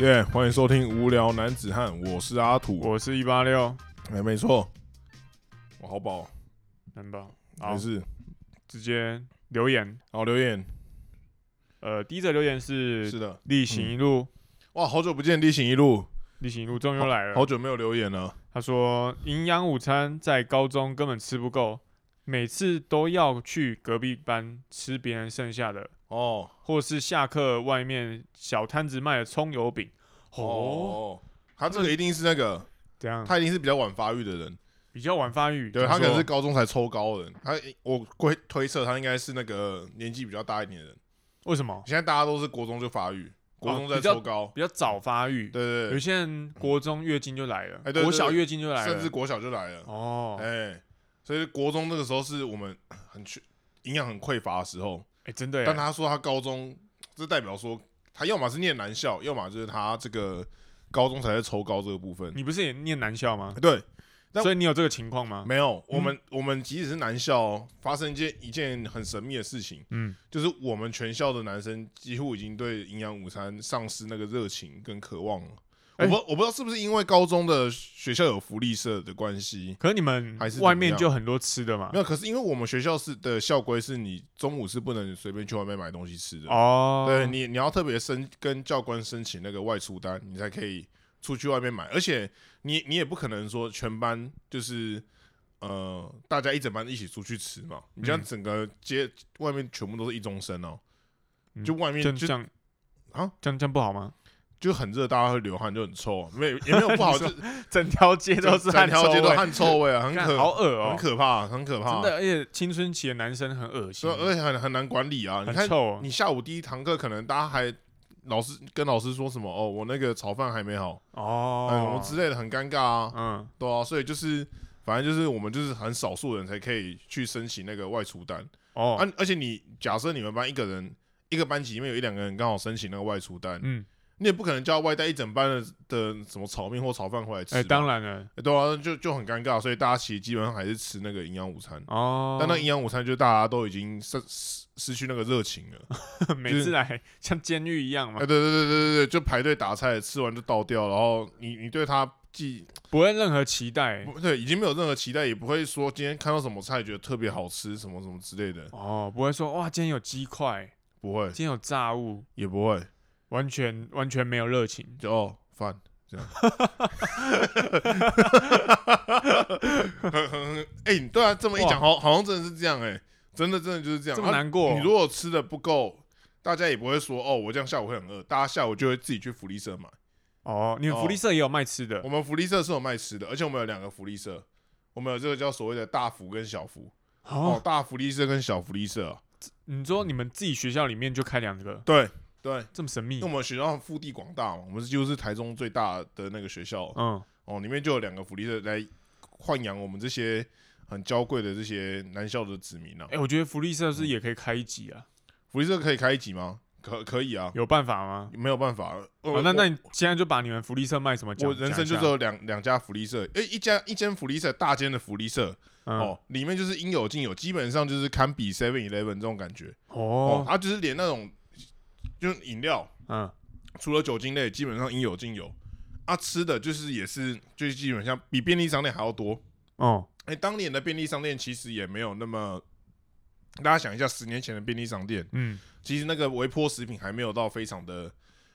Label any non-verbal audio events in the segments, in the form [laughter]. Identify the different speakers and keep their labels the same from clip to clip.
Speaker 1: 耶欢迎收听《无聊男子汉》，我是阿土。
Speaker 2: 我是一八六，
Speaker 1: 哎，没错，我好饱，哦
Speaker 2: 能吧？好
Speaker 1: 没，事。
Speaker 2: 直接留言。
Speaker 1: 好留言，
Speaker 2: 呃，第一则留言
Speaker 1: 是嗯
Speaker 2: 是
Speaker 1: 的，
Speaker 2: 例行一路，
Speaker 1: 哇，好久不见，例行一路，
Speaker 2: 例行一路终于又来了
Speaker 1: 好。久没有留言了。
Speaker 2: 他说，营养午餐在高中根本吃不够，每次都要去隔壁班吃别人剩下的，
Speaker 1: 哦
Speaker 2: 或是下课外面小摊子卖的葱油饼。哦，
Speaker 1: 哦，他这个一定是那个，
Speaker 2: 这样
Speaker 1: 他一定是比较晚发育的人，
Speaker 2: 比较晚发育，
Speaker 1: 对他可
Speaker 2: 怎
Speaker 1: 能
Speaker 2: 么
Speaker 1: 是
Speaker 2: 说
Speaker 1: 高中才抽高的人，他我推推测他应该是那个年纪比较大一点的人。
Speaker 2: 为什么
Speaker 1: 现在大家都是国中就发育，国中在
Speaker 2: 啊比较
Speaker 1: 抽高，
Speaker 2: 比较早发育？
Speaker 1: 对对
Speaker 2: 有
Speaker 1: 对，
Speaker 2: 些人国中月经就来了
Speaker 1: 哎对，对
Speaker 2: 国小
Speaker 1: 对
Speaker 2: 月经就来了，
Speaker 1: 甚至国小就来了。
Speaker 2: 哦，
Speaker 1: 哎、所以国中那个时候是我们很缺营养很匮乏的时候。
Speaker 2: 哎，真的耶，
Speaker 1: 但他说他高中，这代表说他要么是念男校，要么就是他这个高中才在抽高这个部分。
Speaker 2: 你不是也念男校吗？
Speaker 1: 对，但
Speaker 2: 所以你有这个情况吗？
Speaker 1: 没有，我们、我们即使是男校哦，发生一件一件很神秘的事情，
Speaker 2: 嗯，
Speaker 1: 就是我们全校的男生几乎已经对营养午餐丧失那个热情跟渴望了。
Speaker 2: 哎
Speaker 1: 我不我不知道是不是因为高中的学校有福利社的关系，
Speaker 2: 可是你们
Speaker 1: 还是怎么
Speaker 2: 外
Speaker 1: 样
Speaker 2: 面就很多吃的嘛
Speaker 1: 没。有，可是因为我们学校是的校规是你中午是不能随便去外面买东西吃的。
Speaker 2: 哦，
Speaker 1: 对你，你要特别申跟教官申请那个外出单，你才可以出去外面买。而且你你也不可能说全班就是呃大家一整班一起出去吃嘛，你这样整个街、外面全部都是一中生哦，
Speaker 2: 嗯
Speaker 1: 就外面
Speaker 2: 这样
Speaker 1: 就
Speaker 2: 这样
Speaker 1: 啊，
Speaker 2: 这样这样不
Speaker 1: [laughs]
Speaker 2: 好吗？
Speaker 1: 就很热，大家会流汗，就很臭、啊，没有也没有不
Speaker 2: [laughs]
Speaker 1: 好，就
Speaker 2: 整条街都是
Speaker 1: 整
Speaker 2: 汗
Speaker 1: 条街
Speaker 2: 臭
Speaker 1: 都
Speaker 2: 味
Speaker 1: 汗臭味啊，很
Speaker 2: 干
Speaker 1: 可
Speaker 2: 好恶
Speaker 1: 很
Speaker 2: 哦，
Speaker 1: 可怕，很可怕，
Speaker 2: 真的，而且青春期的男生很恶
Speaker 1: 所
Speaker 2: 心
Speaker 1: 以，而且很很难管理啊。你看
Speaker 2: 很臭哦。
Speaker 1: 你下午第一堂课可能大家还老师跟老师说什么哦，我那个炒饭还没好，嗯，什么
Speaker 2: 哦，
Speaker 1: 之类的，很尴尬啊，
Speaker 2: 嗯，
Speaker 1: 对啊，所以就是反正就是我们就是很少数人才可以去申请那个外出单，
Speaker 2: 哦，
Speaker 1: 啊，而且你假设你们班一个人一个班级里面有一两个人刚好申请那个外出单，
Speaker 2: 嗯，
Speaker 1: 你也不可能叫外带一整班的的什么炒面或炒饭回来吃吧，
Speaker 2: 哎，当然了，
Speaker 1: 对啊，就就很尴尬，所以大家其实基本上还是吃那个营养午餐。
Speaker 2: 哦，
Speaker 1: 但那营养午餐就大家都已经失失失去那个热情了，
Speaker 2: [laughs] 每次来像监狱一样嘛
Speaker 1: 哎，，对对对对对，就排队打菜，吃完就倒掉，然后你你对他既
Speaker 2: 不会任何期待。
Speaker 1: 不对，已经没有任何期待，也不会说今天看到什么菜觉得特别好吃，什么什么之类的，
Speaker 2: 哦，不会说哇，今天有鸡块，
Speaker 1: 不会，
Speaker 2: 今天有炸物，
Speaker 1: 也不会，
Speaker 2: 完全完全没有热情。
Speaker 1: 就哦饭这
Speaker 2: [laughs]
Speaker 1: 样，很很很哎，对啊，这么一讲，好好像真的是这样哎、真的真的就是这样，
Speaker 2: 这么
Speaker 1: 啊
Speaker 2: 难过
Speaker 1: 你如果吃的不够。大家也不会说哦，我这样下午会很饿，大家下午就会自己去福利社买。
Speaker 2: 哦，你们福利社也有卖吃的
Speaker 1: 我们福利社是有卖吃的，而且我们有两个福利社，我们有这个叫所谓的大福跟小福。哦
Speaker 2: 哦，。
Speaker 1: 大福利社跟小福利社啊、
Speaker 2: 你说你们自己学校里面就开两个，
Speaker 1: 对对，
Speaker 2: 这么神秘
Speaker 1: 因为我？们学校腹地广大嘛，我们是几乎是台中最大的那个学校
Speaker 2: 嗯，
Speaker 1: 哦，里面就有两个福利社来豢养我们这些很娇贵的这些男校的子民啊。
Speaker 2: 哎，我觉得福利社是不是也可以开一集啊，
Speaker 1: 福利社可以开一集吗？可可以啊，
Speaker 2: 有办法吗？
Speaker 1: 没有办法，
Speaker 2: 哦
Speaker 1: 哦，
Speaker 2: 那那你现在就把你们福利社卖什么讲？
Speaker 1: 我人生就只
Speaker 2: 讲一下
Speaker 1: 有两两家福利社，诶、一家一间福利社，大间的福利社、
Speaker 2: 嗯
Speaker 1: 哦，里面就是应有尽有，基本上就是堪比 Seven Eleven 这种感觉哦，
Speaker 2: 哦，
Speaker 1: 它、就是连那种就是饮料，
Speaker 2: 嗯，
Speaker 1: 除了酒精类，基本上应有尽有。啊，吃的就是也是，就是基本上比便利商店还要多。
Speaker 2: 哦，
Speaker 1: 哎、当年的便利商店其实也没有那么，大家想一下，十年前的便利商店，
Speaker 2: 嗯，
Speaker 1: 其实那个微波食品还没有到非常的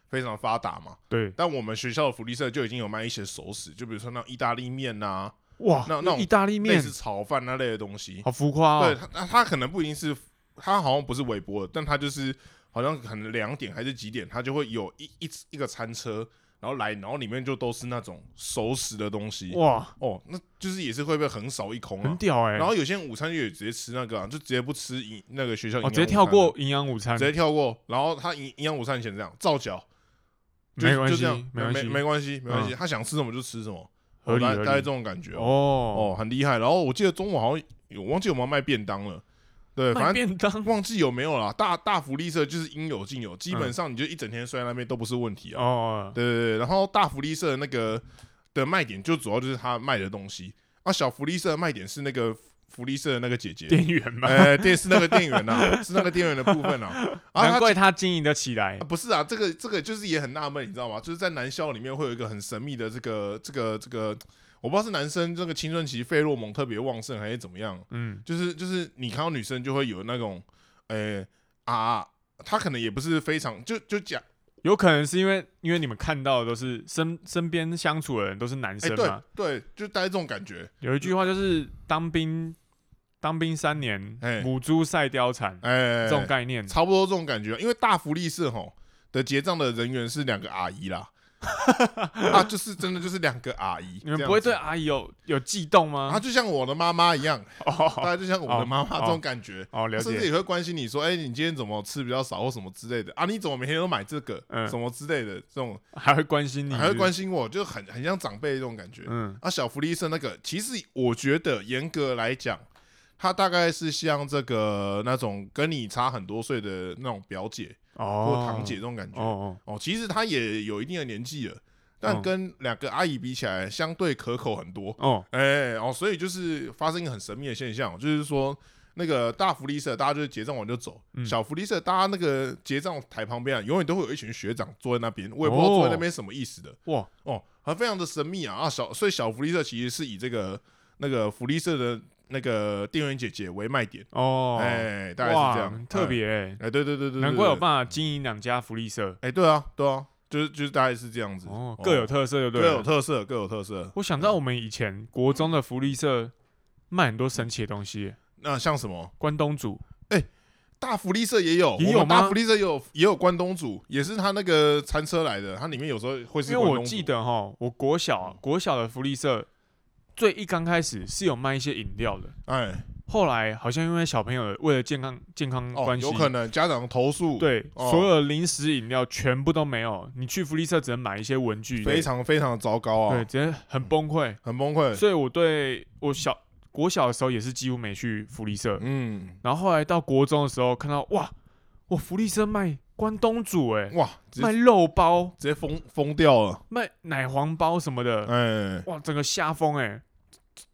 Speaker 1: 非常发达嘛。
Speaker 2: 对，
Speaker 1: 但我们学校的福利社就已经有卖一些熟食，就比如说那种意大利面呐、
Speaker 2: 哇，
Speaker 1: 那那种
Speaker 2: 意大利
Speaker 1: 类
Speaker 2: 面
Speaker 1: 似炒饭那类的东西。
Speaker 2: 好浮夸
Speaker 1: 对
Speaker 2: 哦，
Speaker 1: 它，它它可能不一定是，它好像不是微波的，但它就是好像可能两点还是几点，它就会有一一一个餐车，然后来，然后里面就都是那种熟食的东西。
Speaker 2: 哇，
Speaker 1: 哦，那就是也是会被横扫一空
Speaker 2: 很
Speaker 1: 啊。
Speaker 2: 屌哎
Speaker 1: 然，后有些人午餐就也直接吃那个、啊，就直接不吃营那个学校营
Speaker 2: 哦，
Speaker 1: 养
Speaker 2: 直接
Speaker 1: 午餐
Speaker 2: 跳
Speaker 1: 了，
Speaker 2: 过营养午餐
Speaker 1: 直，接跳过。然后他营营养午餐以前这样照脚，就
Speaker 2: 没关
Speaker 1: 就
Speaker 2: 系
Speaker 1: 这样，，
Speaker 2: 没关
Speaker 1: 没没
Speaker 2: 系，哦嗯
Speaker 1: 关系，没关系，他想吃什么就吃什么，
Speaker 2: 合理
Speaker 1: 哦大
Speaker 2: 合理
Speaker 1: 大概这种感觉哦。
Speaker 2: 哦，
Speaker 1: 哦，很厉害。然后我记得中午好像有忘记有没有卖便当了，对，
Speaker 2: 卖
Speaker 1: 反正
Speaker 2: 便当
Speaker 1: 忘记有没有啦。大大福利社就是应有尽有，基本上你就一整天睡在那边都不是问题啊。
Speaker 2: 哦，
Speaker 1: [laughs] 对对对，然后大福利社的那个的卖点就主要就是他卖的东西，啊，小福利社的卖点是那个福利社的那个姐姐，
Speaker 2: 店员嘛，
Speaker 1: 呃，电是那个店员
Speaker 2: [laughs]
Speaker 1: 呐，是那个店员的部分啊。啊，
Speaker 2: 难
Speaker 1: 他
Speaker 2: 怪他经营得起来
Speaker 1: 啊。不是啊，这个这个就是也很纳闷，你知道吗？就是在男校里面会有一个很神秘的这个这个这个，我不知道是男生这个青春期费洛蒙特别旺盛还是怎么样，
Speaker 2: 嗯，
Speaker 1: 就是就是你看到女生就会有那种，呃啊，她可能也不是非常就就讲，
Speaker 2: 有可能是因为因为你们看到的都是身身边相处的人都是男
Speaker 1: 哎、
Speaker 2: 生
Speaker 1: 对
Speaker 2: 嘛。
Speaker 1: 对，就带这种感觉，
Speaker 2: 有一句话就是当兵当兵三年
Speaker 1: 哎，
Speaker 2: 母猪赛貂蝉
Speaker 1: 哎、
Speaker 2: 这种概念。
Speaker 1: 差不多这种感觉，因为大福利社吼的结账的人员是两个阿姨
Speaker 2: [laughs]
Speaker 1: 啦，啊，就是真的就是两个阿姨，
Speaker 2: 你们不会
Speaker 1: 这
Speaker 2: 对啊
Speaker 1: 样子。啊
Speaker 2: 阿姨有有悸动吗
Speaker 1: 啊，？就像我的妈妈一样，大
Speaker 2: 哦
Speaker 1: 概就像我的妈妈
Speaker 2: 哦
Speaker 1: 这种感觉，
Speaker 2: 哦，了
Speaker 1: 甚至
Speaker 2: 解。
Speaker 1: 也会关心你说，哎、你今天怎么吃比较少或什么之类的啊？你怎么每天都买这个，
Speaker 2: 嗯
Speaker 1: 什么之类的，这种
Speaker 2: 还会关心你，
Speaker 1: 还会关
Speaker 2: 心。
Speaker 1: 心我，就很很像长辈这种感觉。
Speaker 2: 嗯，
Speaker 1: 啊，小福利社那个，其实我觉得严格来讲，它大概是像这个那种跟你差很多岁的那种表姐或
Speaker 2: 哦，
Speaker 1: 堂姐这种感觉。
Speaker 2: 哦哦，
Speaker 1: 哦，其实他也有一定的年纪了，但
Speaker 2: 嗯
Speaker 1: 跟两个阿姨比起来，相对可口很多。
Speaker 2: 哦，
Speaker 1: 哎、哦，所以就是发生一个很神秘的现象，哦就是说那个大福利社大家就是结账完就走，
Speaker 2: 嗯
Speaker 1: 小福利社大家那个结账台旁边啊，永远都会有一群学长坐在那边，我也不知道
Speaker 2: 哦
Speaker 1: 坐在那边什么意思的
Speaker 2: 哇，
Speaker 1: 哦，还非常的神秘啊啊小，所以小福利社其实是以这个那个福利社的那个店员姐姐为卖点，哎、
Speaker 2: 哦，
Speaker 1: 大概是这样
Speaker 2: 哇，特别欸
Speaker 1: 哎、对对对对对，
Speaker 2: 难怪有
Speaker 1: 对
Speaker 2: 办法经营两家福利社，
Speaker 1: 哎、对啊对啊，就是就是大概是这样子
Speaker 2: 哦，各有特色，就对
Speaker 1: 嗯各有
Speaker 2: 了。
Speaker 1: 特色，各有特色。
Speaker 2: 我想到我们以前国中的福利社卖很多神奇的东西欸，
Speaker 1: 那像什么
Speaker 2: 关东煮，
Speaker 1: 大福利社也有，
Speaker 2: 也有
Speaker 1: 我们大
Speaker 2: 吗
Speaker 1: 福利社也有也有关东煮，也是他那个餐车来的，它里面有时候会
Speaker 2: 因
Speaker 1: 是
Speaker 2: 为
Speaker 1: 关
Speaker 2: 我
Speaker 1: 东煮。嗯
Speaker 2: 记得哈，我国小啊国小的福利社最一刚开始是有卖一些饮料的，
Speaker 1: 哎，
Speaker 2: 后来好像因为小朋友的为了健康健康
Speaker 1: 哦，
Speaker 2: 嗯关系
Speaker 1: 有，可能家长投诉，，
Speaker 2: 对，
Speaker 1: 哦
Speaker 2: 所有的零食饮料全部都没有，你去福利社只能买一些文具类，
Speaker 1: 非常嗯非常糟糕
Speaker 2: 对，
Speaker 1: 啊，
Speaker 2: 直接很崩溃。
Speaker 1: 很崩溃。
Speaker 2: 所以我对我小国小的时候也是几乎没去福利社，
Speaker 1: 嗯，
Speaker 2: 然后后来到国中的时候看到哇，我福利社卖关东煮、欸，
Speaker 1: 哇，直
Speaker 2: 卖
Speaker 1: 接
Speaker 2: 肉包、
Speaker 1: 直接疯疯掉了。
Speaker 2: 卖奶黄包什么的，
Speaker 1: 哎
Speaker 2: 哇，整个下风哎、欸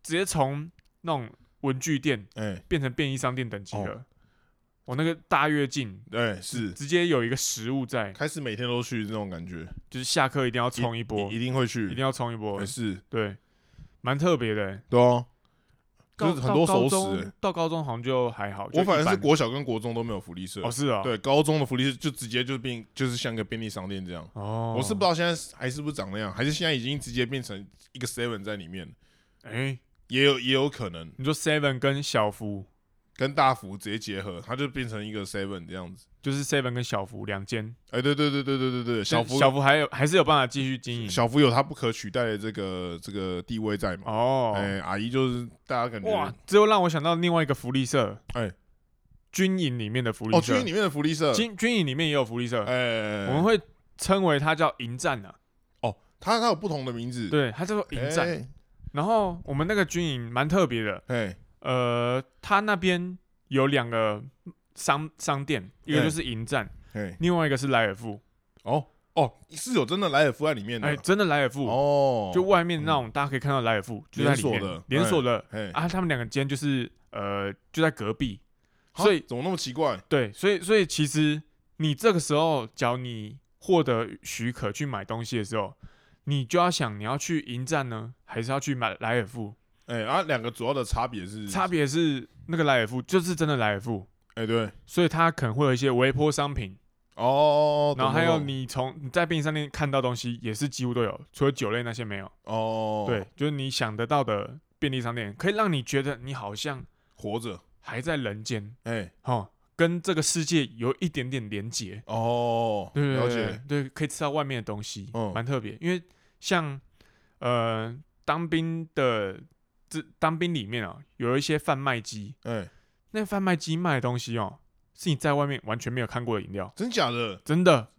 Speaker 2: 直接从那种文具店
Speaker 1: 哎，
Speaker 2: 变成便利商店等级
Speaker 1: 哦
Speaker 2: 了。我那个大跃进
Speaker 1: 对，哎是
Speaker 2: 直接有一个食物在，
Speaker 1: 开始每天都去这种感觉，
Speaker 2: 就是下课一定要冲一波，
Speaker 1: 一定会
Speaker 2: 一
Speaker 1: 去，
Speaker 2: 定要冲一波
Speaker 1: 哎，是，
Speaker 2: 对，蛮特别的欸、
Speaker 1: 对啊，就
Speaker 2: 到
Speaker 1: 是很多
Speaker 2: 到
Speaker 1: 熟
Speaker 2: 高
Speaker 1: 食
Speaker 2: 中
Speaker 1: 欸。
Speaker 2: 到高中好像就还好，就
Speaker 1: 我反
Speaker 2: 一
Speaker 1: 正是
Speaker 2: 般
Speaker 1: 国小跟国中都没有福利社
Speaker 2: 哦，是啊、哦，
Speaker 1: 对，高中的福利社就直接就变，就是像个便利商店这样。
Speaker 2: 哦，
Speaker 1: 我是不知道现在还是不是长那样，还是现在已经直接变成一个 seven 在里面，
Speaker 2: 哎、
Speaker 1: 也有也有可能
Speaker 2: 你说 Seven 跟小福，
Speaker 1: 跟大福直接结合，它就变成一个 seven 这样子。
Speaker 2: 就是 Seven 跟小福两间，
Speaker 1: 哎、对对对对对对对，小福
Speaker 2: 小福嗯还有还是有办法继续经营
Speaker 1: 小福有它不可取代的这个这个地位在嘛？
Speaker 2: 哦、
Speaker 1: 哎、阿姨就是大家感觉
Speaker 2: 哇，这又让我想到另外一个福利社，
Speaker 1: 哎
Speaker 2: 军营里面的福利
Speaker 1: 哦，
Speaker 2: 社，
Speaker 1: 军营里面的福利社，
Speaker 2: 军军营里面也有福利社，
Speaker 1: 哎、
Speaker 2: 我们会称为它叫营站啊，
Speaker 1: 哦，它它有不同的名字，
Speaker 2: 对，它叫做营
Speaker 1: 哎
Speaker 2: 站。然后我们那个军营蛮特别的，
Speaker 1: 哎、
Speaker 2: 呃，它那边有两个商商店，一个
Speaker 1: 哎
Speaker 2: 就是营站，
Speaker 1: 哎、
Speaker 2: 另外一个是莱尔富，
Speaker 1: 哦哦，是有真的莱尔夫在里面的，
Speaker 2: 哎、真的莱尔富，
Speaker 1: 哦，
Speaker 2: 就外面那种大家可以看到莱尔富就在
Speaker 1: 连
Speaker 2: 里
Speaker 1: 锁
Speaker 2: 面
Speaker 1: 的
Speaker 2: 连锁的
Speaker 1: 哎、
Speaker 2: 啊，他们两个间就是呃就在隔壁，
Speaker 1: 哈
Speaker 2: 所以
Speaker 1: 怎么那么奇怪？
Speaker 2: 对，所以所以其实你这个时候，只要你获得许可去买东西的时候，你就要想你要去迎战呢，还是要去买莱尔富？
Speaker 1: 哎、啊，两个主要的差别是
Speaker 2: 差别是那个莱尔富就是真的莱尔富，
Speaker 1: 哎、对，
Speaker 2: 所以它可能会有一些微波商品，
Speaker 1: 哦，
Speaker 2: 然后还有
Speaker 1: 懂懂懂
Speaker 2: 你从你在便利商店看到东西也是几乎都有，除了酒类那些没有。
Speaker 1: 哦，
Speaker 2: 对，，就是你想得到的便利商店，可以让你觉得你好像
Speaker 1: 活着，
Speaker 2: 还在人间，
Speaker 1: 哎、
Speaker 2: 哦，跟这个世界有一点点连结。
Speaker 1: 哦，
Speaker 2: 对对
Speaker 1: 了
Speaker 2: 对
Speaker 1: 解，
Speaker 2: 对，可以吃到外面的东西，
Speaker 1: 嗯
Speaker 2: 蛮、特别。因为像呃当兵的这当兵里面啊，有一些贩卖机，
Speaker 1: 哎、
Speaker 2: 那贩卖机卖的东西哦，是你在外面完全没有看过的饮料，
Speaker 1: 真假的，
Speaker 2: 真的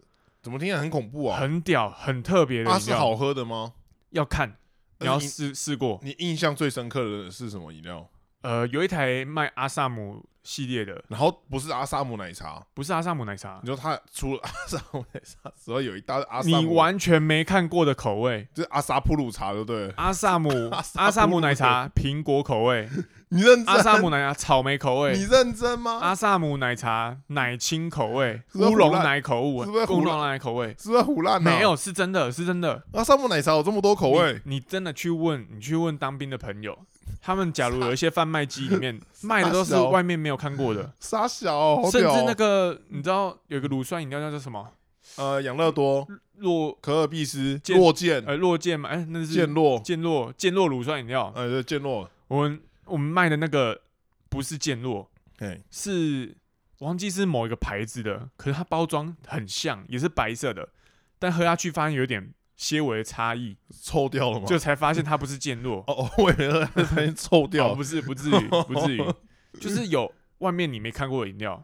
Speaker 1: 怎么听起来很恐怖啊？
Speaker 2: 很屌、很特别的
Speaker 1: 啊，
Speaker 2: 饮
Speaker 1: 是
Speaker 2: 料，
Speaker 1: 好喝的吗？
Speaker 2: 要看，你
Speaker 1: 但
Speaker 2: 要
Speaker 1: 是
Speaker 2: 试试过。
Speaker 1: 你你印象最深刻的是什么饮料？
Speaker 2: 呃，有一台卖阿萨姆系列的，
Speaker 1: 然后不是阿萨姆奶茶，
Speaker 2: 不是阿萨姆奶茶
Speaker 1: 你，说他除了阿萨姆奶茶之外，有一大阿萨
Speaker 2: 你
Speaker 1: 姆，
Speaker 2: 完全没看过的口味，
Speaker 1: 就是阿萨普鲁茶，对不对？
Speaker 2: 阿萨
Speaker 1: [laughs]
Speaker 2: 姆阿萨姆奶茶苹果口味，
Speaker 1: 你认真？
Speaker 2: 阿萨姆奶茶草莓口
Speaker 1: 你
Speaker 2: 味，
Speaker 1: 认真吗？
Speaker 2: 阿萨姆奶茶奶青口味，
Speaker 1: 啊是不是
Speaker 2: 乌
Speaker 1: 胡
Speaker 2: 龙
Speaker 1: 乱
Speaker 2: 奶口味，
Speaker 1: 是不是胡
Speaker 2: 乌
Speaker 1: 乱
Speaker 2: 龙奶口味，
Speaker 1: 是不是胡乱、啊？
Speaker 2: 没，有是真的是真的，
Speaker 1: 阿萨姆奶茶有这么多口味，
Speaker 2: 你，你真的去问，你去问当兵的朋友，他们假如有一些贩卖机里
Speaker 1: [laughs]
Speaker 2: 面卖的都是
Speaker 1: 傻小
Speaker 2: 外面没有看过的，
Speaker 1: 傻小、哦，啊好
Speaker 2: 甚
Speaker 1: 屌
Speaker 2: 至
Speaker 1: 哦
Speaker 2: 那个你知道有一个乳酸饮料叫做什么？
Speaker 1: 呃养乐多、
Speaker 2: 洛
Speaker 1: 可尔必思、
Speaker 2: 健
Speaker 1: 洛健、
Speaker 2: 嗯呃洛健嘛，哎、那是
Speaker 1: 健洛，
Speaker 2: 健洛健洛乳酸饮料。
Speaker 1: 呃对健洛，
Speaker 2: 我们我们卖的那个不是健洛，
Speaker 1: 哎，
Speaker 2: 是忘记是某一个牌子的，可是它包装很像，也是白色的，但喝下去发现有点些微的差异，
Speaker 1: 臭掉了吗？
Speaker 2: 就才发现它不是健洛。
Speaker 1: [laughs] 哦哦，我以为他他已经臭掉
Speaker 2: 哦，
Speaker 1: 了，
Speaker 2: 不是不至于，不至于，
Speaker 1: [laughs]
Speaker 2: 就是有外面你没看过的饮料，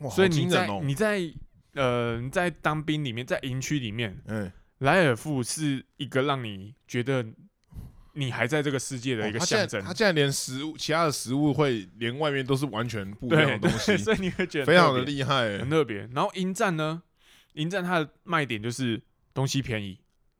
Speaker 1: 哇
Speaker 2: 所以
Speaker 1: 好
Speaker 2: 你
Speaker 1: 惊
Speaker 2: 在
Speaker 1: 人哦，
Speaker 2: 你在呃你在当兵里面，在营区里面，
Speaker 1: 哎，
Speaker 2: 莱尔富是一个让你觉得你还在这个世界的一
Speaker 1: 哦
Speaker 2: 个
Speaker 1: 他现在
Speaker 2: 象征 [laughs]
Speaker 1: 他，现在连食物，其他的食物会连外面都是完全不一样的
Speaker 2: 对
Speaker 1: 东西
Speaker 2: 对，，所以你会觉得
Speaker 1: 非常的
Speaker 2: 害，
Speaker 1: 厉害、
Speaker 2: 很
Speaker 1: 欸
Speaker 2: 特别。然后营站呢，营站它的卖点就是东西便宜，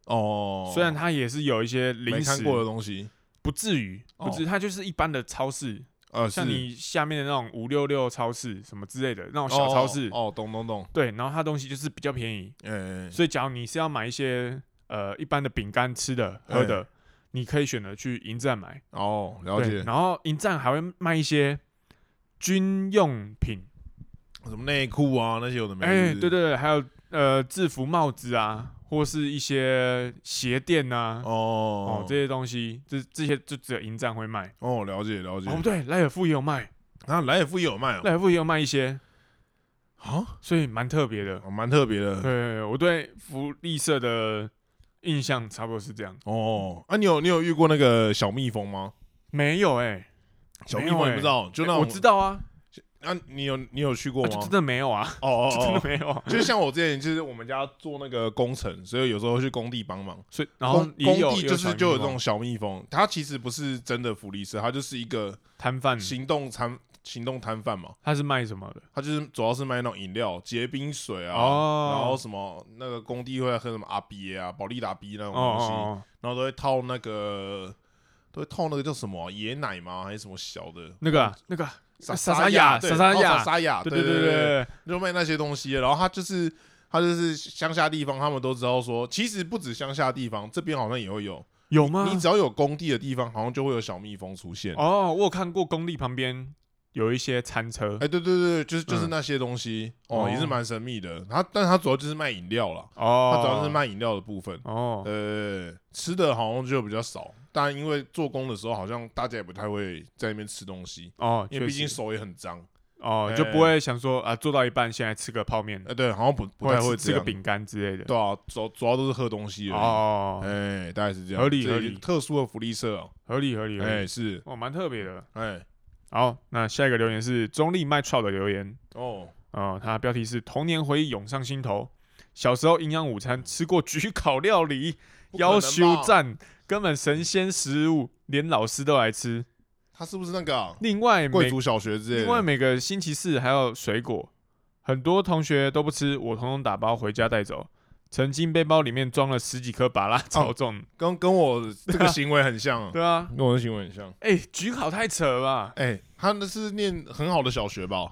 Speaker 1: 哦。
Speaker 2: 虽然它也是有一些
Speaker 1: 没
Speaker 2: 零
Speaker 1: 看
Speaker 2: 食，
Speaker 1: 过的东西，
Speaker 2: 不至于
Speaker 1: 哦
Speaker 2: 不至于，它就是一般的超市，
Speaker 1: 呃，
Speaker 2: 像
Speaker 1: 是
Speaker 2: 你下面的那种五六六超市什么之类的那种
Speaker 1: 哦
Speaker 2: 小超市。
Speaker 1: 哦，哦懂懂懂，
Speaker 2: 对，然后它东西就是比较便宜，
Speaker 1: 哎、哎
Speaker 2: 所以假如你是要买一些呃一般的饼干、吃的、喝的，你可以选择去营站买。
Speaker 1: 哦，了
Speaker 2: 对，
Speaker 1: 解，
Speaker 2: 然后营站还会卖一些军用品，
Speaker 1: 什么内裤啊那些有的没的，
Speaker 2: 哎、
Speaker 1: 是不
Speaker 2: 对对
Speaker 1: 是，
Speaker 2: 对，还有呃制服、帽子啊，或是一些鞋垫啊，哦
Speaker 1: 哦
Speaker 2: 这些东西，这这些就只有营站会卖。
Speaker 1: 哦了解了解
Speaker 2: 哦，不，对，莱尔富也有卖，
Speaker 1: 然后莱尔富也有卖哦，
Speaker 2: 莱尔富也有卖一些，
Speaker 1: 啊，
Speaker 2: 所以蛮特别的。
Speaker 1: 哦蛮特别的
Speaker 2: 对，我对福利社的印象差不多是这样。
Speaker 1: 哦。啊，你有你有遇过那个小蜜蜂吗？
Speaker 2: 没有哎、
Speaker 1: 小
Speaker 2: 没
Speaker 1: 蜜
Speaker 2: 有
Speaker 1: 蜂
Speaker 2: 欸
Speaker 1: 你不知道，就那
Speaker 2: 欸
Speaker 1: 种
Speaker 2: 我知道啊，
Speaker 1: 啊，你有你有去过
Speaker 2: 啊
Speaker 1: 吗
Speaker 2: 就？真的没有啊，
Speaker 1: 哦哦
Speaker 2: 就 [laughs] 真的
Speaker 1: 哦，
Speaker 2: 没
Speaker 1: [laughs]
Speaker 2: 有啊。
Speaker 1: 就像我之前就是我们家做那个工程，所以有时候会去工地帮忙。
Speaker 2: 所以然后
Speaker 1: 工
Speaker 2: 也有
Speaker 1: 工地就是就有这
Speaker 2: 小蜜
Speaker 1: 种
Speaker 2: 蜂
Speaker 1: 小蜜蜂，它其实不是真的福利社，它就是一个
Speaker 2: 摊贩，
Speaker 1: 行动摊行动摊贩嘛，
Speaker 2: 他是卖什么的？
Speaker 1: 它就是主要是卖那种饮料、结冰水啊，
Speaker 2: 哦
Speaker 1: 然后什么那个工地会喝什么阿比啊、保利达 B 那
Speaker 2: 哦
Speaker 1: 种
Speaker 2: 哦
Speaker 1: 东西，
Speaker 2: 哦，
Speaker 1: 然后都会套那个都会套那个叫什么啊椰奶吗？还是什么小的
Speaker 2: 那个啊那个啊，
Speaker 1: 沙
Speaker 2: 莎
Speaker 1: 沙
Speaker 2: 雅
Speaker 1: 对
Speaker 2: 莎莎
Speaker 1: 套
Speaker 2: 雅
Speaker 1: 莎莎雅，
Speaker 2: 对
Speaker 1: 啊对
Speaker 2: 对对
Speaker 1: 对
Speaker 2: 对，
Speaker 1: 就卖那些东西，然后他就是他就是乡下地方，他们都知道说，其实不止乡下地方，这边好像也会有，
Speaker 2: 有吗？
Speaker 1: 你只要有工地的地方，好像就会有小蜜蜂出现。哎、
Speaker 2: 啊哦，我有看过工地旁边有一些餐车
Speaker 1: 哎对对对，就是就是
Speaker 2: 嗯
Speaker 1: 那些东西、哦，
Speaker 2: 哦
Speaker 1: 也是蛮神秘的。他，但他主要就是卖饮料啦，
Speaker 2: 哦，
Speaker 1: 他主要是卖饮料的部分。
Speaker 2: 哦，
Speaker 1: 呃，吃的好像就比较少，但因为做工的时候，好像大家也不太会在那边吃东西，
Speaker 2: 哦，
Speaker 1: 因为毕
Speaker 2: 确
Speaker 1: 竟
Speaker 2: 实
Speaker 1: 手也很脏。
Speaker 2: 哦
Speaker 1: 哎
Speaker 2: 就不会想说啊，做到一半先来吃个泡面
Speaker 1: 哎、，对，好像不不
Speaker 2: 或
Speaker 1: 太
Speaker 2: 者
Speaker 1: 会这
Speaker 2: 吃吃个
Speaker 1: 样。
Speaker 2: 饼干之类的。
Speaker 1: 对啊，主主要都是喝东西而已。
Speaker 2: 哦，
Speaker 1: 哎、大概是这样，
Speaker 2: 合理
Speaker 1: 这
Speaker 2: 合
Speaker 1: 也是
Speaker 2: 理
Speaker 1: 特殊的福利社、哦，
Speaker 2: 合理合理
Speaker 1: 哎、
Speaker 2: 合理，
Speaker 1: 是，
Speaker 2: 哦，蛮特别的。
Speaker 1: 哎、
Speaker 2: 好，那下一个留言是中立卖 trout 的留言，
Speaker 1: 哦，
Speaker 2: 啊、它的标题是“童年回忆涌上心头”。小时候营养午餐吃过焗烤料理，
Speaker 1: 不可能
Speaker 2: 要
Speaker 1: 吧
Speaker 2: 求，赞，根本神仙食物，连老师都来吃。
Speaker 1: 他是不是那个啊
Speaker 2: 另外
Speaker 1: 贵、
Speaker 2: 每
Speaker 1: 族小学之类
Speaker 2: 另外
Speaker 1: 的？
Speaker 2: 每个星期四还有水果，很多同学都不吃，我统统打包回家带走。曾经背包里面装了十几颗芭拉 [laughs] 超重，
Speaker 1: 跟跟我这个行为很像、啊，
Speaker 2: 对啊，
Speaker 1: 跟我的行为很像。
Speaker 2: 哎、焗烤太扯了吧，
Speaker 1: 哎、他那是念很好的小学吧？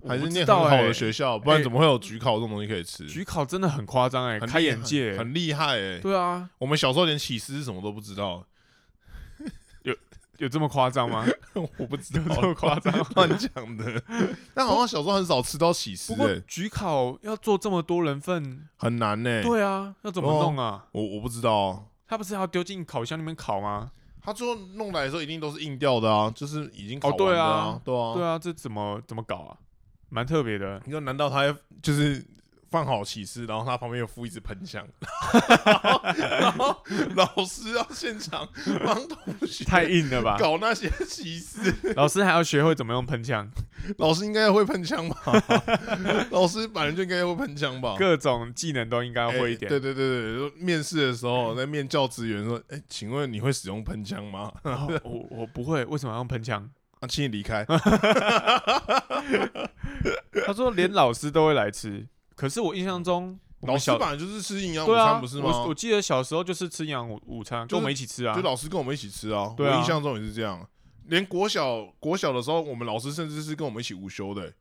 Speaker 2: 我
Speaker 1: 还
Speaker 2: 不
Speaker 1: 是
Speaker 2: 知
Speaker 1: 念很
Speaker 2: 道
Speaker 1: 好
Speaker 2: 哎
Speaker 1: 的学校？不然
Speaker 2: 哎
Speaker 1: 怎么会有焗烤这种东西可以吃？
Speaker 2: 焗烤真的很夸张哎，
Speaker 1: 很厉
Speaker 2: 开眼
Speaker 1: 害
Speaker 2: 界、
Speaker 1: 很厉害哎、
Speaker 2: 对啊，
Speaker 1: 我们小时候连起司是什么都不知
Speaker 2: [laughs]
Speaker 1: 道，
Speaker 2: 有这么夸张吗？
Speaker 1: 我不知
Speaker 2: 有这么夸张吗？
Speaker 1: 乱讲的。但好像小时候很少吃到起司、
Speaker 2: [laughs] 不过
Speaker 1: 哎，
Speaker 2: 焗烤要做这么多人份，
Speaker 1: 很难呢、哎
Speaker 2: 对啊，要怎么
Speaker 1: 哦
Speaker 2: 弄啊？
Speaker 1: 我我不知道、啊。
Speaker 2: 他不是要丢进烤箱里面烤吗？
Speaker 1: 他最后弄来的时候一定都是硬掉的啊，就是已经烤
Speaker 2: 哦对
Speaker 1: 完的
Speaker 2: 啊
Speaker 1: 对啊， [laughs]
Speaker 2: 对啊，这怎么怎么搞啊？蛮特别的，
Speaker 1: 你说难道他要就是放好起司，然后他旁边有附一支喷枪，
Speaker 2: [laughs]
Speaker 1: 然后然后老师要现场帮同学
Speaker 2: 太硬了吧？
Speaker 1: 搞那些起司，
Speaker 2: 老师还要学会怎么用喷枪，
Speaker 1: 老师应该会喷枪吧？ [laughs] 老师本来就应该会喷枪吧？哎
Speaker 2: 各种技能都应该要会一点。
Speaker 1: 哦
Speaker 2: 嗯
Speaker 1: 对对对对，面试的时候在面教职员说：“哎、请问你会使用喷枪吗 [laughs]
Speaker 2: 然后哦我我不会，为什么要用喷枪？？”
Speaker 1: 啊，请你离开。
Speaker 2: 他说连老师都会来吃，可是我印象中 [laughs] 我
Speaker 1: 嗯
Speaker 2: 们
Speaker 1: 老师
Speaker 2: 小
Speaker 1: 本来就是吃营养午
Speaker 2: 对啊，
Speaker 1: 餐，不是
Speaker 2: 我我
Speaker 1: 吗？
Speaker 2: 记得小时候就是吃营养午午餐，
Speaker 1: 就是
Speaker 2: 跟我们一起吃啊
Speaker 1: 就。老师跟我们一起吃啊，我
Speaker 2: 对啊
Speaker 1: 印象中也是这样。连国小国小的时候，我们老师甚至是跟我们一起午休的、欸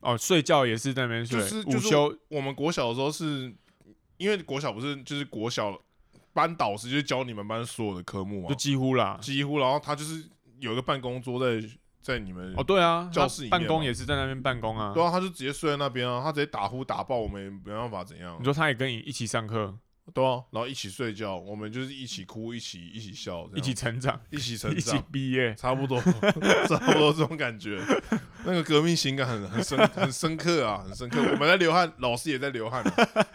Speaker 2: 哦，睡觉也是在那边睡，
Speaker 1: 就是
Speaker 2: 午
Speaker 1: 就是
Speaker 2: 休
Speaker 1: 我们国小的时候是，因为国小不是就是国小班导师就教你们班所有的科目
Speaker 2: 就
Speaker 1: 嘛，
Speaker 2: 几乎啦。
Speaker 1: 几乎，然后他就是有一个办公桌在在你们
Speaker 2: 哦，对啊，
Speaker 1: 教
Speaker 2: 他
Speaker 1: 室里面
Speaker 2: 办公
Speaker 1: 嘛
Speaker 2: 也是在那边办公啊
Speaker 1: 对。啊，他就直接睡在那边啊，他直接打呼打爆，我们也没办法怎样
Speaker 2: 你。说他也跟你一起上课，
Speaker 1: 对啊，然后一起睡觉，我们就是一起哭，一起一起笑，这样
Speaker 2: 一起成长，
Speaker 1: 一起啊成
Speaker 2: 一起
Speaker 1: 长，
Speaker 2: 毕业，
Speaker 1: 差不多， [laughs] 差不多这种感觉。那个革命情感很很深很深刻啊，很深刻。我们在流汗，老师也在流汗、啊，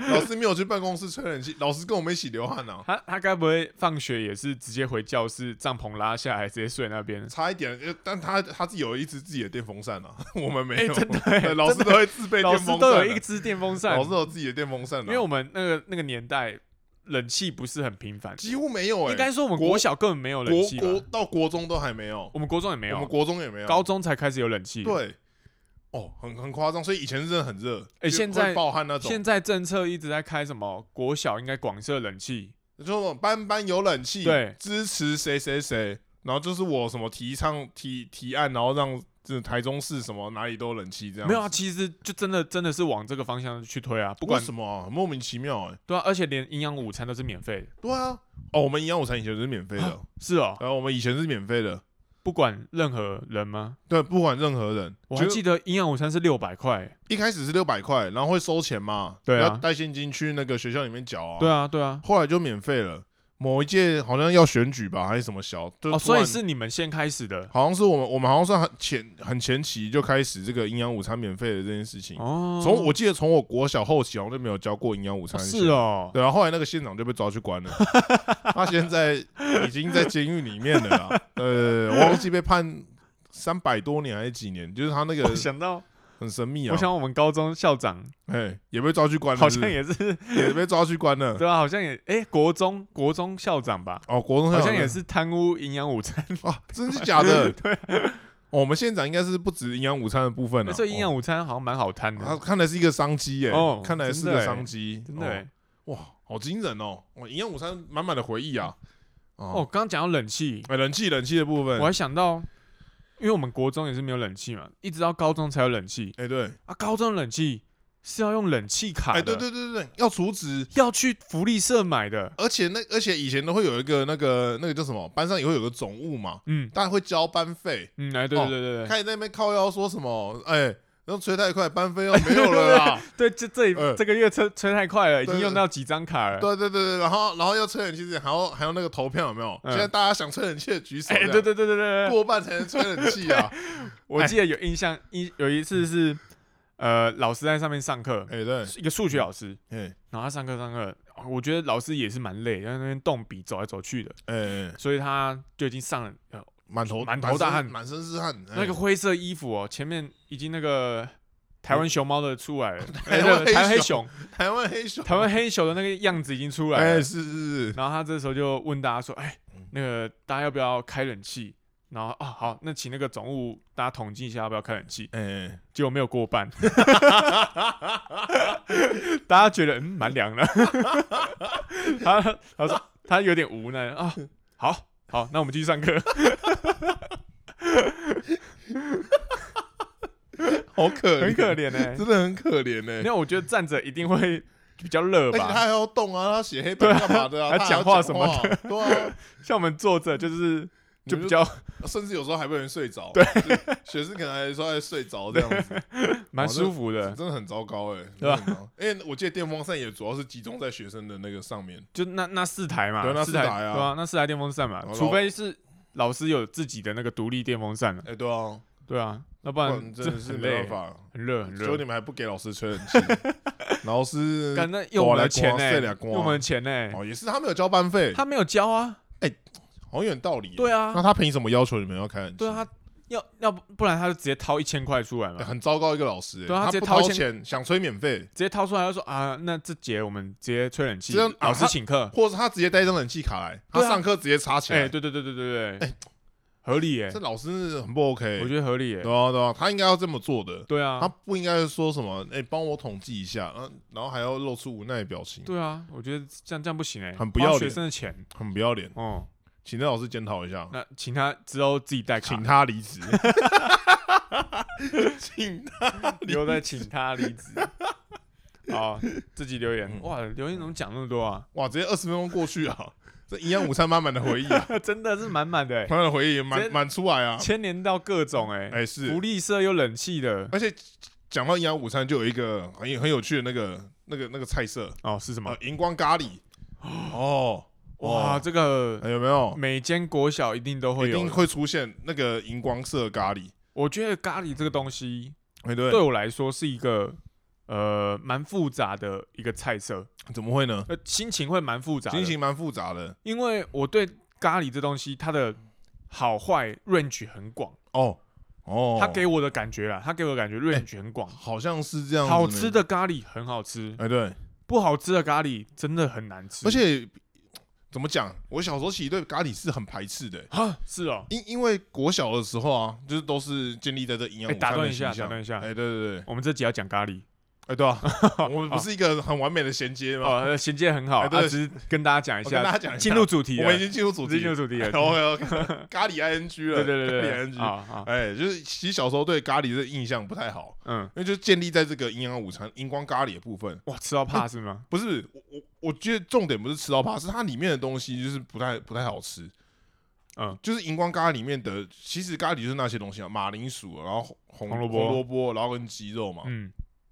Speaker 1: 老师没有去办公室吹冷气，老师跟我们一起流汗啊。
Speaker 2: 他他该不会放学也是直接回教室，帐篷拉下来直接睡那边？
Speaker 1: 差一点，呃但他他自己有一只自己的电风扇啊， [laughs] 我们没
Speaker 2: 哎、
Speaker 1: 有。
Speaker 2: 真的、
Speaker 1: 对
Speaker 2: 欸，
Speaker 1: 老师
Speaker 2: 真
Speaker 1: 都
Speaker 2: 的
Speaker 1: 会自备
Speaker 2: 老
Speaker 1: 电
Speaker 2: 师
Speaker 1: 风
Speaker 2: 都有
Speaker 1: 扇
Speaker 2: 一
Speaker 1: 啊，
Speaker 2: 支电风扇
Speaker 1: 老师，都有自己的电风扇啊，
Speaker 2: 因为我们那个那个年代冷气不是很频繁，
Speaker 1: 几乎没有哎、
Speaker 2: 应该说我们
Speaker 1: 国
Speaker 2: 国小根本没有冷
Speaker 1: 国
Speaker 2: 气吧？
Speaker 1: 国到国中都还没有，
Speaker 2: 我们国中也没
Speaker 1: 我们
Speaker 2: 有，
Speaker 1: 国中也没有，
Speaker 2: 高中才开始有冷气。，
Speaker 1: 对，哦，很很夸张，所以以前是真的很热，
Speaker 2: 哎
Speaker 1: 就
Speaker 2: 现
Speaker 1: 会
Speaker 2: 在
Speaker 1: 暴汗那种，
Speaker 2: 现在政策一直在开什么国小应该广设冷气，
Speaker 1: 就说班班有冷气，
Speaker 2: 对
Speaker 1: 支持谁谁谁，然后就是我什么提倡提提案，然后让这台中市什么哪里都有冷气这样子，
Speaker 2: 没有啊？其实就真的真的是往这个方向去推啊，不
Speaker 1: 不
Speaker 2: 管
Speaker 1: 管什么啊、莫名其妙哎、
Speaker 2: 对啊，而且连营养午餐都是免费的，
Speaker 1: 对啊，哦，我们营养午餐以前是免费的，
Speaker 2: 是哦，
Speaker 1: 然后我们以前是免费的，
Speaker 2: 不管任何人吗？
Speaker 1: 对，不管任何人，
Speaker 2: 我还
Speaker 1: 就
Speaker 2: 记得营养午餐是六百块，
Speaker 1: 一开始是六百块，然后会收钱嘛，
Speaker 2: 对啊
Speaker 1: 要带现金去那个学校里面缴啊，
Speaker 2: 对啊，对啊，
Speaker 1: 后来就免费了。某一届好像要选举吧，还是什么小，就
Speaker 2: 哦，
Speaker 1: 突
Speaker 2: 所以
Speaker 1: 然
Speaker 2: 是你们先开始的
Speaker 1: 好像是我们我们好像算很前很前期就开始这个营养午餐免费的这件事情。
Speaker 2: 哦。
Speaker 1: 从、我记得从我国小后期好像就没有教过营养午餐、
Speaker 2: 哦是，哦，
Speaker 1: 对啊，后来那个县长就被抓去
Speaker 2: [laughs]
Speaker 1: 关了，他现在已经在监狱里面了啦。呃，我忘记被判三百多年还是几年，就是他那个
Speaker 2: 我想到，
Speaker 1: 很神秘啊
Speaker 2: 我，想我们高中校长
Speaker 1: 哎，也被抓去关了
Speaker 2: 好
Speaker 1: 是不
Speaker 2: 像
Speaker 1: 是
Speaker 2: 也是，
Speaker 1: 也被抓去关了。
Speaker 2: [laughs] 对啊，好像也，哎，国中国中校长吧，
Speaker 1: 哦，国中
Speaker 2: 好像也是贪污营养午餐，
Speaker 1: 啊，真是假
Speaker 2: [laughs]
Speaker 1: 的？对、哦，我们县长应该是不止营养午餐的部分了、
Speaker 2: 欸所以营
Speaker 1: 哦啊
Speaker 2: 养午餐好像蛮好贪
Speaker 1: 他
Speaker 2: 的，
Speaker 1: 看来是一个商机耶、
Speaker 2: 哦
Speaker 1: 看来是
Speaker 2: 真的
Speaker 1: 个
Speaker 2: 欸
Speaker 1: 商机，
Speaker 2: 真的
Speaker 1: 哦
Speaker 2: 欸。
Speaker 1: 哇，好惊人哦！哇，营养午餐满满的回忆啊！
Speaker 2: 哦，
Speaker 1: 哦，
Speaker 2: 刚刚讲到冷气，
Speaker 1: 哎、冷气冷气的部分，
Speaker 2: 我还想到，因为我们国中也是没有冷气嘛，一直到高中才有冷气
Speaker 1: 哎、对，
Speaker 2: 啊，高中的冷气是要用冷气卡
Speaker 1: 哎、
Speaker 2: 的，
Speaker 1: 对对对对对，要储值，
Speaker 2: 要去福利社买的，
Speaker 1: 而且那而且以前都会有一个那个那个叫什么，班上也会有个总务嘛，
Speaker 2: 嗯
Speaker 1: 大家会交班费，
Speaker 2: 嗯，哎，对
Speaker 1: 哦
Speaker 2: 对对对对，
Speaker 1: 开始在那边靠腰说什么，哎、然后吹太快，班费要没有了
Speaker 2: [laughs]
Speaker 1: 啦。
Speaker 2: 对，这这里
Speaker 1: 呃
Speaker 2: 这个月吹吹太快了，已
Speaker 1: 对
Speaker 2: 经
Speaker 1: 对
Speaker 2: 用到几张卡了，
Speaker 1: 对对对对，然后然后要吹冷气之前，还要还有那个投票有没有？
Speaker 2: 嗯
Speaker 1: 现在大家想吹冷气的举手，
Speaker 2: 哎，
Speaker 1: 这样
Speaker 2: 对对对对 [laughs] 对对，
Speaker 1: 过半才能吹冷气
Speaker 2: [laughs]
Speaker 1: 啊！
Speaker 2: 我记得有印象，一有一次是，呃，老师在上面上课，
Speaker 1: 哎对，
Speaker 2: 一个数学老师，
Speaker 1: 哎
Speaker 2: 然后他上课上课，我觉得老师也是蛮累，在那边动笔走来走去的，
Speaker 1: 哎，
Speaker 2: 所以他就已经上了、呃
Speaker 1: 满头
Speaker 2: 满头大汗
Speaker 1: 满身满身是汗，哎
Speaker 2: 那个灰色衣服哦，前面已经那个台湾熊猫的出来了，呃
Speaker 1: 台
Speaker 2: 那
Speaker 1: 湾黑
Speaker 2: 个嗯台湾黑
Speaker 1: 熊
Speaker 2: 熊，
Speaker 1: 台湾黑熊，
Speaker 2: 台湾黑熊的那个样子已经出来了。
Speaker 1: 哎是是是，
Speaker 2: 然后他这时候就问大家说：“哎，那个大家要不要开冷气？”然后啊，好，那请那个总务大家统计一下要不要开冷气。
Speaker 1: 哎
Speaker 2: 结果没有过 [laughs] 半，大家觉得嗯蛮凉的。 [laughs] 他他说他有点无奈啊，好好，那我们继续上课。
Speaker 1: 好可
Speaker 2: 很可
Speaker 1: 怜，
Speaker 2: 怜哎、 [laughs] 欸，
Speaker 1: 真的很可怜哎。
Speaker 2: 那我觉得站着一定会比较热
Speaker 1: 而且他
Speaker 2: 吧。
Speaker 1: 还要动啊，他写黑板干嘛的啊？
Speaker 2: 还
Speaker 1: 他还
Speaker 2: 讲
Speaker 1: 话
Speaker 2: 话什么
Speaker 1: 的，对啊，
Speaker 2: 像我们坐着就是
Speaker 1: 你
Speaker 2: [laughs] 就哦
Speaker 1: 们
Speaker 2: 比较
Speaker 1: 甚至有时候还被人睡着，对，学生可能还说还睡着这样子，
Speaker 2: [laughs] 蛮舒服的，
Speaker 1: 真的很糟糕哎，
Speaker 2: 对吧啊
Speaker 1: 真的很糟？因为我记得电风扇也主要是集中在学生的那个上面，
Speaker 2: 就那那四台嘛，
Speaker 1: 对那
Speaker 2: 四
Speaker 1: 四
Speaker 2: 台
Speaker 1: 台啊
Speaker 2: 对啊，那四台电风扇嘛
Speaker 1: 然，后
Speaker 2: 除非是老师有自己的那个独立电风扇了，
Speaker 1: 哎，对啊，
Speaker 2: 对啊，要不
Speaker 1: 不
Speaker 2: 然
Speaker 1: 然真的是
Speaker 2: 很
Speaker 1: 没
Speaker 2: 累
Speaker 1: 办，法。
Speaker 2: 很热很
Speaker 1: 结果你
Speaker 2: 热，
Speaker 1: 们还不给老师吹冷气，老师
Speaker 2: [laughs] 干那用我们的钱
Speaker 1: 刮来刮去
Speaker 2: 呢、
Speaker 1: 啊刮
Speaker 2: 用我们的钱呢、
Speaker 1: 哦也是他没有交班费，
Speaker 2: 他没有交啊，
Speaker 1: 好像有点道理耶。
Speaker 2: 对啊
Speaker 1: 嗯那，他凭什么要求你们要开冷气？
Speaker 2: 对啊，他要要不不然他就直接掏一千块出来嘛
Speaker 1: 欸，很糟糕一个老师耶，欸
Speaker 2: 对啊他
Speaker 1: 他
Speaker 2: 直接
Speaker 1: 不
Speaker 2: 掏
Speaker 1: 掏
Speaker 2: 钱
Speaker 1: 钱，想吹免费，
Speaker 2: 直接掏出来就说啊，那这节我们直接吹冷气
Speaker 1: 直接，
Speaker 2: 老
Speaker 1: 啊
Speaker 2: 师
Speaker 1: 他
Speaker 2: 请客。
Speaker 1: 或者他直接带一张冷气卡来，他哎
Speaker 2: 对啊
Speaker 1: 上课直接插起
Speaker 2: 哎、
Speaker 1: 来。
Speaker 2: 对对对对对对，合理耶、
Speaker 1: 这老师很不 OK，
Speaker 2: 我觉得合理耶、
Speaker 1: 对啊对啊，他应该要这么做的，
Speaker 2: 对
Speaker 1: 他
Speaker 2: 啊，
Speaker 1: 不应该说什么哎，帮我统计一下，嗯，然后还要露出无奈的表情，
Speaker 2: 对啊，我觉得这样这样不行哎、
Speaker 1: 很不
Speaker 2: 花
Speaker 1: 要
Speaker 2: 学
Speaker 1: 脸
Speaker 2: 生的钱
Speaker 1: 很不要脸，
Speaker 2: 哦。
Speaker 1: 请这老师检讨一下，
Speaker 2: 那请他之后自己带卡，
Speaker 1: 请他离职， [laughs] 请他
Speaker 2: 留在请他离
Speaker 1: [laughs]
Speaker 2: 职。好，自己留言、
Speaker 1: 嗯
Speaker 2: 哇，留言怎么讲那么
Speaker 1: [laughs]
Speaker 2: 多啊？
Speaker 1: 哇，直接二十分钟过去啊，这营养午餐满满的回忆啊，
Speaker 2: 真的是满满的、 [laughs] 欸，
Speaker 1: 满满的回忆
Speaker 2: 直接
Speaker 1: 满满出来啊，
Speaker 2: 牵连到各种哎、
Speaker 1: 哎是
Speaker 2: 福利社又冷气的
Speaker 1: 而且讲到营养午餐，就有一个很有很有趣的那个那个那个菜色，
Speaker 2: 哦，是什么
Speaker 1: 呃？，荧光咖喱。哦，
Speaker 2: 哇，
Speaker 1: 哦
Speaker 2: 这个
Speaker 1: 哎有没有？
Speaker 2: 每间国小一定都会
Speaker 1: 一定
Speaker 2: 有。
Speaker 1: 会出现那个荧光色咖喱，
Speaker 2: 我觉得咖喱这个东西
Speaker 1: 哎对
Speaker 2: 对我来说是一个呃蛮复杂的一个菜色，
Speaker 1: 怎么会呢？
Speaker 2: 呃，心情会蛮复杂
Speaker 1: 心
Speaker 2: 的，
Speaker 1: 情蛮复杂的
Speaker 2: 因为我对咖喱这东西它的好坏 range 很广，
Speaker 1: 哦哦，
Speaker 2: 它给我的感觉啦，它给我的感觉 range 很广。
Speaker 1: 好像是这样，
Speaker 2: 好吃，的咖喱很好吃，
Speaker 1: 哎对，
Speaker 2: 不好吃的咖喱真的很难吃。
Speaker 1: 而且怎么讲？我小时候其实对咖喱是很排斥的，
Speaker 2: 啊，是哦，
Speaker 1: 因因为国小的时候啊，就是都是建立在这营养
Speaker 2: 哎，
Speaker 1: 午餐
Speaker 2: 打断
Speaker 1: 的
Speaker 2: 一下，
Speaker 1: 形
Speaker 2: 打断
Speaker 1: 象，
Speaker 2: 一下，
Speaker 1: 哎对对对，
Speaker 2: 我们这集要讲咖喱
Speaker 1: [laughs] 哎对啊，我们不是一个很完美的衔接吗？
Speaker 2: 哦，呃衔接很好，
Speaker 1: 哎
Speaker 2: 啊
Speaker 1: 对
Speaker 2: 只是跟大家讲一
Speaker 1: 我跟大
Speaker 2: 下，
Speaker 1: 家讲一下
Speaker 2: 进入主题
Speaker 1: 我
Speaker 2: 了
Speaker 1: 们已，经进入主题
Speaker 2: 进入主题
Speaker 1: [laughs]
Speaker 2: 了，
Speaker 1: OK OK，咖喱 ING 了，
Speaker 2: 对
Speaker 1: [laughs]
Speaker 2: 对对
Speaker 1: 咖
Speaker 2: 对
Speaker 1: 喱 ING，
Speaker 2: 啊啊，
Speaker 1: 哎，就是其实小时候对咖喱的印象不太好，
Speaker 2: 嗯，
Speaker 1: 因为就建立在这个营养午餐荧光咖喱的部分。
Speaker 2: 哇，吃到怕
Speaker 1: [laughs]
Speaker 2: 是吗？
Speaker 1: 不是我我我觉得重点不是吃到怕，是它里面的东西就是不太不太好吃。
Speaker 2: 嗯，
Speaker 1: 就是荧光咖喱里面的，其实咖喱就是那些东西啊，马铃薯，然后红
Speaker 2: 红
Speaker 1: 红
Speaker 2: 萝卜
Speaker 1: 红萝卜，然后跟鸡肉嘛。
Speaker 2: 嗯，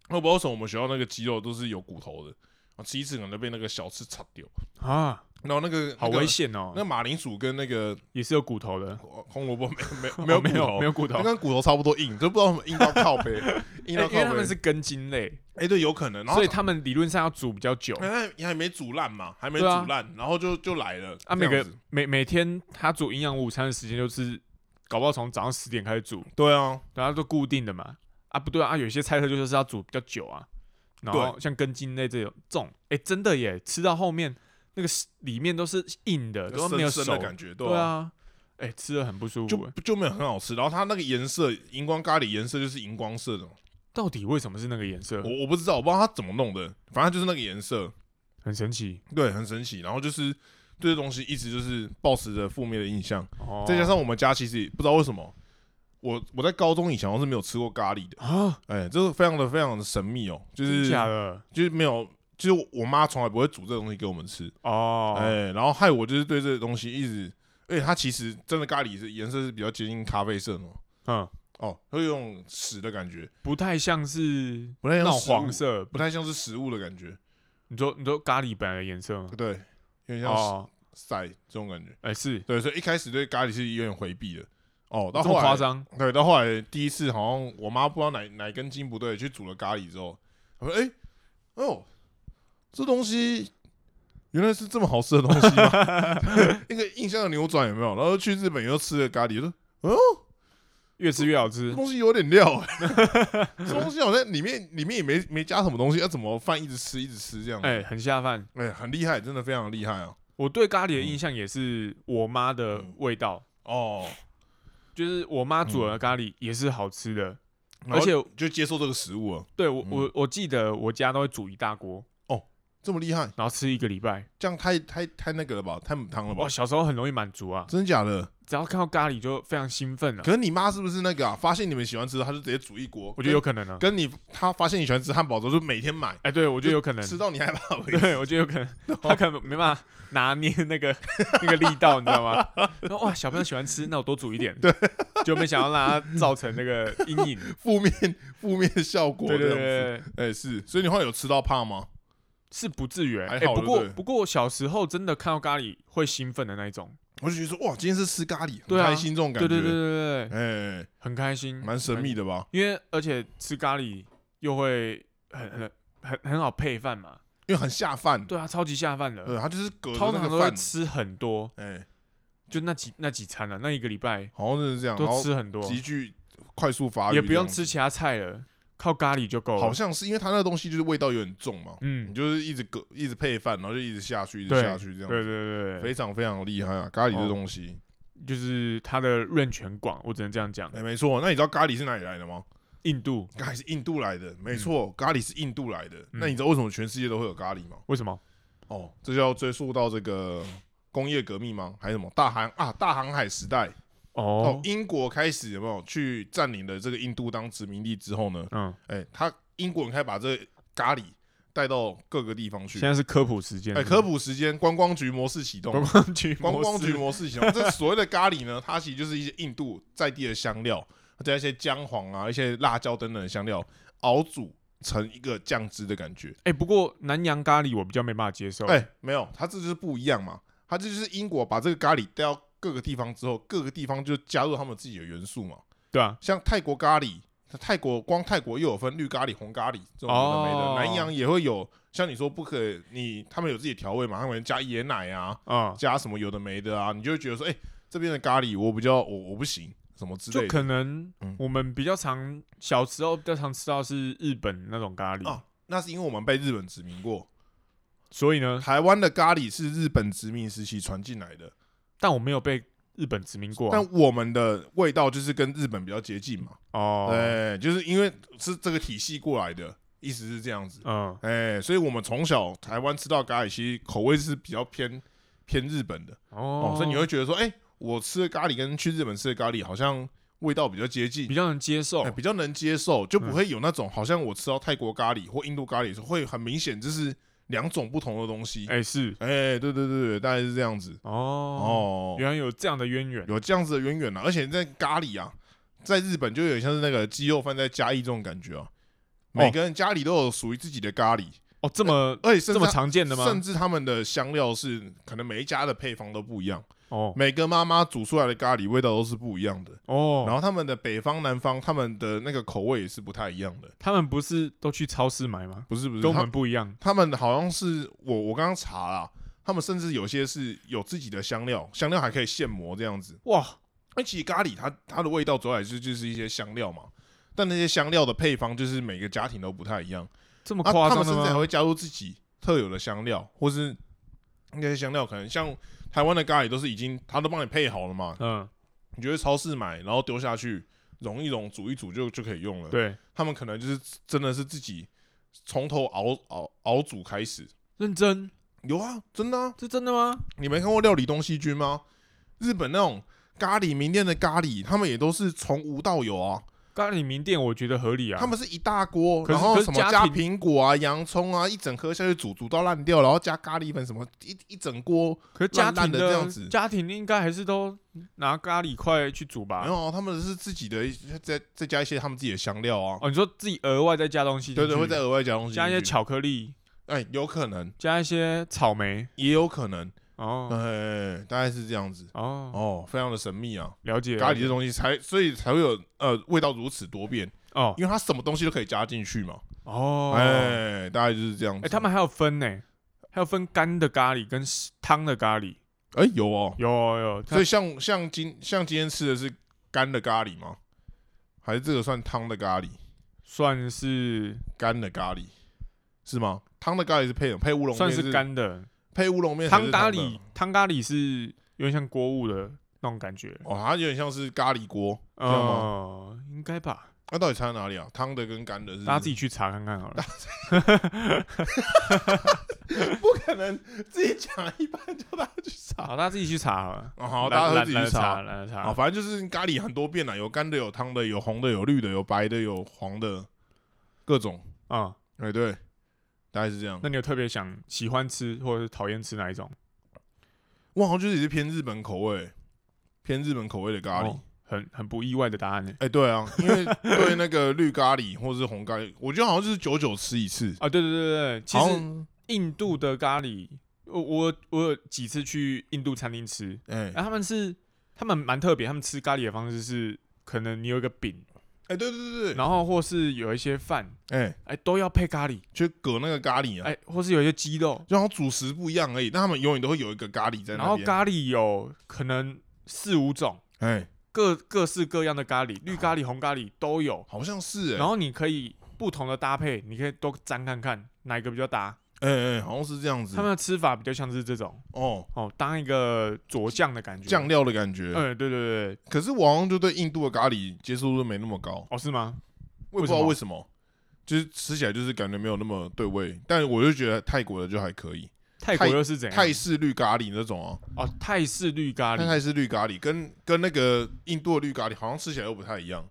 Speaker 1: 那不知道为什么我们学校那个鸡肉都是有骨头的，啊，吃一次可能被那个小吃擦掉。
Speaker 2: 啊，
Speaker 1: 然后那个
Speaker 2: 好
Speaker 1: 那个
Speaker 2: 危险哦，
Speaker 1: 那马铃薯跟那个
Speaker 2: 也是有骨头的，
Speaker 1: 红萝卜没没
Speaker 2: 哦 [laughs]
Speaker 1: 没有
Speaker 2: 没
Speaker 1: 骨
Speaker 2: 有
Speaker 1: 头
Speaker 2: 没，有骨头
Speaker 1: 就，跟骨头差不多硬，就不知道为什么硬到靠
Speaker 2: [laughs]
Speaker 1: 背，
Speaker 2: 因
Speaker 1: 硬
Speaker 2: 为
Speaker 1: 到靠
Speaker 2: 因
Speaker 1: 背。
Speaker 2: 为他们是根茎类，
Speaker 1: 哎、对，有可能。然后嗯
Speaker 2: 所以他们理论上要煮比较久
Speaker 1: 因为还没煮烂嘛，还没煮
Speaker 2: 对啊
Speaker 1: 烂，然后就就来了
Speaker 2: 啊。每
Speaker 1: 这
Speaker 2: 个
Speaker 1: 样子
Speaker 2: 每每天他煮营养午餐的时间就是，搞不好从早上十点开始煮，
Speaker 1: 对啊，
Speaker 2: 然后都固定的嘛。啊，不对啊，啊有些菜色就是要煮比较久啊。然后像根茎类这种，这种哎、真的耶，吃到后面那个是里面都是硬的，都
Speaker 1: 就
Speaker 2: 没有
Speaker 1: 生
Speaker 2: 熟
Speaker 1: 生的感觉，对
Speaker 2: 对啊，哎、吃的很不舒
Speaker 1: 就
Speaker 2: 服耶。
Speaker 1: 就没有很好吃。然后它那个颜色，荧光咖喱颜色就是荧光色的，
Speaker 2: 到底为什么是那个颜色？
Speaker 1: 我我不知道，我不知道它怎么弄的，反正就是那个颜色，
Speaker 2: 很神奇
Speaker 1: 对，很神奇。然后就是对这东西一直就是抱持着负面的印象，
Speaker 2: 哦。
Speaker 1: 再加上我们家其实也不知道为什么。我我在高中以前好像是没有吃过咖喱的，
Speaker 2: 啊，
Speaker 1: 哎、这个非常的非常的神秘哦，就
Speaker 2: 真
Speaker 1: 是
Speaker 2: 假的
Speaker 1: 就是没有，就是我妈从来不会煮这个东西给我们吃，
Speaker 2: 哦。
Speaker 1: 哎、然后害我就是对这个东西一直，而且它其实真的咖喱是颜色是比较接近咖啡色的哦，
Speaker 2: 嗯，
Speaker 1: 哦，会有种屎的感觉，
Speaker 2: 不太像是
Speaker 1: 不太
Speaker 2: 那
Speaker 1: 像
Speaker 2: 种
Speaker 1: 食物
Speaker 2: 黄，色。
Speaker 1: 不太像是食物的感觉，
Speaker 2: 你说你说咖喱本来的颜色吗？
Speaker 1: 对，有点像
Speaker 2: 哦，
Speaker 1: 塞这种感觉，
Speaker 2: 哎、是
Speaker 1: 对，所以一开始对咖喱是有点回避的，哦，到
Speaker 2: 这
Speaker 1: 后
Speaker 2: 么夸
Speaker 1: 来，
Speaker 2: 张
Speaker 1: 对，到后来第一次好像我妈不知道哪哪根筋不对，去煮了咖喱之后，她说，哎、哦，这东西。原来是这么好吃的东西吗？ [laughs] 那个印象的扭转有没有？然后去日本又吃了咖喱，就说哦
Speaker 2: 越吃越好
Speaker 1: 这
Speaker 2: 吃。
Speaker 1: 东西有点料、欸， [laughs] 这东西好像里面里面也没没加什么东西，要、怎么饭一直吃一直吃这样子？
Speaker 2: 哎、
Speaker 1: 哎、
Speaker 2: 很下饭。
Speaker 1: 很厉害，真的非常厉害啊！
Speaker 2: 我对咖喱的印象也是我妈的
Speaker 1: 嗯
Speaker 2: 味道，
Speaker 1: 哦，
Speaker 2: 就是我妈煮的咖喱也是好吃的，
Speaker 1: 嗯然
Speaker 2: 而
Speaker 1: 后
Speaker 2: 且
Speaker 1: 就接受这个食物了，
Speaker 2: 对我、我
Speaker 1: 嗯
Speaker 2: 我记得我家都会煮一大锅，
Speaker 1: 这么厉害，
Speaker 2: 然后吃一个礼拜。
Speaker 1: 这样太太太那个了吧？太母汤了吧
Speaker 2: 哇，？小时候很容易满足啊，
Speaker 1: 真假的？
Speaker 2: 只要看到咖喱就非常兴奋了、
Speaker 1: 可是你妈是不是那个啊？发现你们喜欢吃，她就直接煮一锅。
Speaker 2: 我觉得有可能啊，
Speaker 1: 跟跟你她发现你喜欢吃汉堡之后，就每天买，
Speaker 2: 哎、对我觉得有可能，
Speaker 1: 吃到你害怕为止。
Speaker 2: 对我觉得有可能，他可能没办法拿捏那个那个力道，你知道吗？然后哇，小朋友喜欢吃，那我多煮一点，对，就没想要让他造成那个阴影。
Speaker 1: [laughs] 负面负面效果
Speaker 2: 对
Speaker 1: 这
Speaker 2: 对
Speaker 1: 样
Speaker 2: 对
Speaker 1: 子。
Speaker 2: 对，
Speaker 1: 哎、是，所以你后来有吃到怕吗？
Speaker 2: 是不至于、欸。
Speaker 1: 还
Speaker 2: 欸
Speaker 1: 好
Speaker 2: 不
Speaker 1: 对
Speaker 2: 过
Speaker 1: 不对
Speaker 2: 不过我小时候真的看到咖喱会兴奋的那一种，
Speaker 1: 我就觉得说，哇，今天是吃咖喱，很
Speaker 2: 对啊
Speaker 1: 开心这种感
Speaker 2: 对
Speaker 1: 觉。
Speaker 2: 对对对对对，嗯
Speaker 1: 哎、
Speaker 2: 很开心，
Speaker 1: 蛮神秘的吧？
Speaker 2: 因为而且吃咖喱又会很很很很好配饭嘛。
Speaker 1: 因为很下饭，
Speaker 2: 对啊，超级下饭
Speaker 1: 对，
Speaker 2: 的，
Speaker 1: 他就是隔着
Speaker 2: 通
Speaker 1: 呃那
Speaker 2: 常
Speaker 1: 个
Speaker 2: 都会
Speaker 1: 饭，
Speaker 2: 吃很多，
Speaker 1: 哎，
Speaker 2: 就那几那几餐啊，那一个礼拜
Speaker 1: 好像是这样，然
Speaker 2: 都
Speaker 1: 后
Speaker 2: 吃很多，
Speaker 1: 急剧快速发育，
Speaker 2: 也不用，吃其他菜了，靠咖喱就够了。
Speaker 1: 好像是因为他那个东西就是味道有点重嘛，你
Speaker 2: 嗯，
Speaker 1: 就是一直隔一直配饭，然后就一直下去，一直
Speaker 2: 对
Speaker 1: 下去这
Speaker 2: 对
Speaker 1: 样，
Speaker 2: 对对对，
Speaker 1: 非常非常厉害啊！咖喱这
Speaker 2: 哦
Speaker 1: 东西，
Speaker 2: 就是它的润全广，我只能这样讲
Speaker 1: 哎、。没错。那你知道咖喱是哪里来的吗？
Speaker 2: 印度
Speaker 1: 咖喱是印度来的，没错，咖喱是印度来的。那你
Speaker 2: 嗯
Speaker 1: 知道为什么全世界都会有咖喱吗？
Speaker 2: 为什么？
Speaker 1: 哦，这就要追溯到这个工业革命吗？还是什么大航啊？大航海时代哦
Speaker 2: 哦，
Speaker 1: 英国开始有没有去占领了这个印度当殖民地之后呢？
Speaker 2: 嗯，
Speaker 1: 哎、他英国人开始把这个咖喱带到各个地方去
Speaker 2: 现。在是科普时间。
Speaker 1: 哎、科普时间，观光局模式启动
Speaker 2: 观。 [laughs] 光局
Speaker 1: 观 [laughs] 光局
Speaker 2: 模式
Speaker 1: 模式形容。这所谓的咖喱呢，它其实就是一些印度在地的香料，加一些姜黄啊、一些辣椒等等的香料，熬煮成一个酱汁的感觉。
Speaker 2: 哎，不过南洋咖喱我比较没办法接受。
Speaker 1: 哎、没有，它这就是不一样嘛。它这就是英国把这个咖喱带到各个地方之后，各个地方就加入他们自己的元素嘛。
Speaker 2: 对啊，
Speaker 1: 像泰国咖喱，泰国光泰国又有分绿咖喱、红咖喱这种有的没的，
Speaker 2: 哦
Speaker 1: 南洋也会有。像你说不可，你他们有自己的调味嘛，他们加椰奶啊，
Speaker 2: 嗯，
Speaker 1: 加什么有的没的啊，你就会觉得说，哎、这边的咖喱我比较我我不行，什么之
Speaker 2: 就
Speaker 1: 类的。
Speaker 2: 可能
Speaker 1: 嗯
Speaker 2: 我们比较常小时候比较常吃到是日本那种咖喱
Speaker 1: 哦，那是因为我们被日本殖民过，
Speaker 2: 所以呢，
Speaker 1: 台湾的咖喱是日本殖民时期传进来的，
Speaker 2: 但我没有被日本殖民过啊。
Speaker 1: 但我们的味道就是跟日本比较接近嘛。
Speaker 2: 哦，
Speaker 1: 对，就是因为是这个体系过来的，意思是这样子。
Speaker 2: 嗯，
Speaker 1: 哎、所以我们从小台湾吃到咖喱，其实口味是比较偏偏日本的哦
Speaker 2: 哦，
Speaker 1: 所以你会觉得说，哎、我吃的咖喱跟去日本吃的咖喱好像味道比较接近
Speaker 2: 比，较能接受
Speaker 1: 哎，。比较能接受，就
Speaker 2: 嗯
Speaker 1: 不会有那种、好像我吃到泰国咖喱或印度咖喱的时候，会很明显就是两种不同的东西。哎、
Speaker 2: 哎，是
Speaker 1: 对对对对，大概是这样子。
Speaker 2: 哦，
Speaker 1: 哦，
Speaker 2: 原来有这样的渊源。
Speaker 1: 有这样子的渊源啊，而且在咖喱啊，在日本就有点像是那个鸡肉饭在嘉义这种感觉啊，每个人家里都有属于自己的咖喱，
Speaker 2: 哦，这么
Speaker 1: 而且甚
Speaker 2: 这
Speaker 1: 至
Speaker 2: 么
Speaker 1: 他
Speaker 2: 常见的吗？
Speaker 1: 甚至他们的香料是可能每一家的配方都不一样，
Speaker 2: 哦
Speaker 1: 每个妈妈煮出来的咖喱味道都是不一样的。
Speaker 2: 哦，
Speaker 1: 然后他们的北方、南方，他们的那个口味也是不太一样的，
Speaker 2: 他们不是都去超市买吗？
Speaker 1: 不是不是，
Speaker 2: 跟我
Speaker 1: 他
Speaker 2: 们不一样
Speaker 1: 他们好像是我我刚刚查啦，他们甚至有些是有自己的香料，香料还可以现磨这样子。
Speaker 2: 哇。
Speaker 1: 那其实咖喱它它的味道主要也是就是一些香料嘛，但那些香料的配方就是每个家庭都不太一样，
Speaker 2: 这么
Speaker 1: 啊，
Speaker 2: 夸
Speaker 1: 他
Speaker 2: 张
Speaker 1: 们
Speaker 2: 的
Speaker 1: 甚至还
Speaker 2: 吗？
Speaker 1: 会加入自己特有的香料，或是那些香料可能像台湾的咖喱都是已经他都帮你配好了嘛，
Speaker 2: 嗯，
Speaker 1: 你就去超市买，然后丢下去融一融，煮一煮就就可以用了。
Speaker 2: 对，
Speaker 1: 他们可能就是真的是自己从头熬熬熬煮开始。
Speaker 2: 认真，
Speaker 1: 有啊，真的、啊，
Speaker 2: 这真的吗？
Speaker 1: 你没看过《料理东西君》吗？日本那种咖喱名店的咖喱，他们也都是从无到有啊，
Speaker 2: 咖喱名店我觉得合理啊，
Speaker 1: 他们是一大锅，
Speaker 2: 可是
Speaker 1: 然后
Speaker 2: 可是
Speaker 1: 什么
Speaker 2: 家
Speaker 1: 加
Speaker 2: 庭
Speaker 1: 苹果啊、洋葱啊，一整颗下去煮，煮到烂掉，然后加咖喱粉什么，一一整锅。
Speaker 2: 可是家
Speaker 1: 烂
Speaker 2: 庭
Speaker 1: 烂的这样子
Speaker 2: 家庭应该还是都拿咖喱块去煮
Speaker 1: 没
Speaker 2: 吧？
Speaker 1: 有啊，他们是自己的一，再再加一些他们自己的香料啊，
Speaker 2: 哦，你说自己额外再加东西进
Speaker 1: 对
Speaker 2: 去，
Speaker 1: 对，会再额外加东西，
Speaker 2: 加一些，巧克力，
Speaker 1: 哎，有可能，
Speaker 2: 加一些草莓，
Speaker 1: 也有可能，
Speaker 2: 哦
Speaker 1: 哎，大概是这样子。
Speaker 2: 哦，
Speaker 1: 哦，非常的神秘啊，
Speaker 2: 了解
Speaker 1: 咖喱
Speaker 2: 了
Speaker 1: 这东西才，所以才会有呃味道如此多变，
Speaker 2: 解哦
Speaker 1: 因为它什么东西都可以加进去嘛。
Speaker 2: 哦，哎，
Speaker 1: 哎，大概就是这样子。
Speaker 2: 他们还有分呢，还有分干的咖喱跟湿汤的咖喱，
Speaker 1: 哎有哦，
Speaker 2: 有有，它
Speaker 1: 所以像像今像今天吃的是干的咖喱吗？还是这个算汤的咖喱？
Speaker 2: 算是
Speaker 1: 干的咖喱是吗？汤的咖喱是配配乌龙面，
Speaker 2: 算是，干的，
Speaker 1: 配乌龙面才
Speaker 2: 汤
Speaker 1: 是
Speaker 2: 咖
Speaker 1: 汤的
Speaker 2: 喱，汤咖喱是有点像锅物的那种感觉，
Speaker 1: 哦，它有点像是咖喱锅，这样吗？
Speaker 2: 哦，应该吧，
Speaker 1: 那到底差在哪里啊？汤的跟干的是
Speaker 2: 大家自己去查看看好了。
Speaker 1: 不 [laughs] 可能自己讲一半叫大家去查。
Speaker 2: 好，大家自己去查好了。
Speaker 1: [laughs] 哦好，
Speaker 2: 懒
Speaker 1: 大家都
Speaker 2: 懒
Speaker 1: 自己去
Speaker 2: 懒得
Speaker 1: 查
Speaker 2: 查，。懒得
Speaker 1: 啊，
Speaker 2: 查。
Speaker 1: 反正就是咖喱很多变啊啦，有干的，有汤的，有红的，有绿的，有白的，有黄的，各种。
Speaker 2: 嗯，
Speaker 1: 哎、对，大概是这样。
Speaker 2: 那你有特别想喜欢吃或者是讨厌吃哪一种
Speaker 1: 我好像就是也是偏日本口味，偏日本口味的咖喱。哎、
Speaker 2: 哦很很不意外的答案呢。
Speaker 1: 对啊，因
Speaker 2: [laughs]
Speaker 1: 为对那个绿咖喱或者是红咖喱，我觉得好像就是久久吃一次。
Speaker 2: 啊，对对对对，其
Speaker 1: 好
Speaker 2: 实
Speaker 1: 像，
Speaker 2: 印度的咖喱，我我我有几次去印度餐厅吃，
Speaker 1: 哎、
Speaker 2: 然后他们是他们蛮特别，他们吃咖喱的方式是可能你有一个饼，
Speaker 1: 哎，对对对对，
Speaker 2: 然后或是有一些饭，
Speaker 1: 哎，
Speaker 2: 哎，都要配咖喱，
Speaker 1: 就搁那个咖喱啊，
Speaker 2: 哎，或是有一些鸡肉，
Speaker 1: 就好像主食不一样而已，但他们永远都会有一个咖喱在
Speaker 2: 然
Speaker 1: 那
Speaker 2: 后
Speaker 1: 边。
Speaker 2: 咖喱有可能四五种，
Speaker 1: 哎，
Speaker 2: 各各式各样的咖喱，绿咖喱、红咖喱都有。
Speaker 1: 好像是哎
Speaker 2: 然，后你可以不同的搭配，你可以都沾看看哪一个比较搭。
Speaker 1: 哎哎，好像是这样子
Speaker 2: 他。们的吃法比较像是这种
Speaker 1: 哦，
Speaker 2: 哦，当一个佐酱的感觉。
Speaker 1: 酱料的感觉。
Speaker 2: 嗯，对对对，
Speaker 1: 可是我好像就对印度的咖喱接受度没那么高，
Speaker 2: 哦，是吗？
Speaker 1: 我也不知道为什么，就是吃起来就是感觉没有那么对味。但我就觉得泰国的就还可以，
Speaker 2: 泰国
Speaker 1: 泰
Speaker 2: 又是怎样？
Speaker 1: 泰式绿咖喱那种啊，
Speaker 2: 哦，泰式绿咖
Speaker 1: 但
Speaker 2: 喱。
Speaker 1: 泰式绿咖喱跟跟那个印度的绿咖喱好像吃起来又不太一样。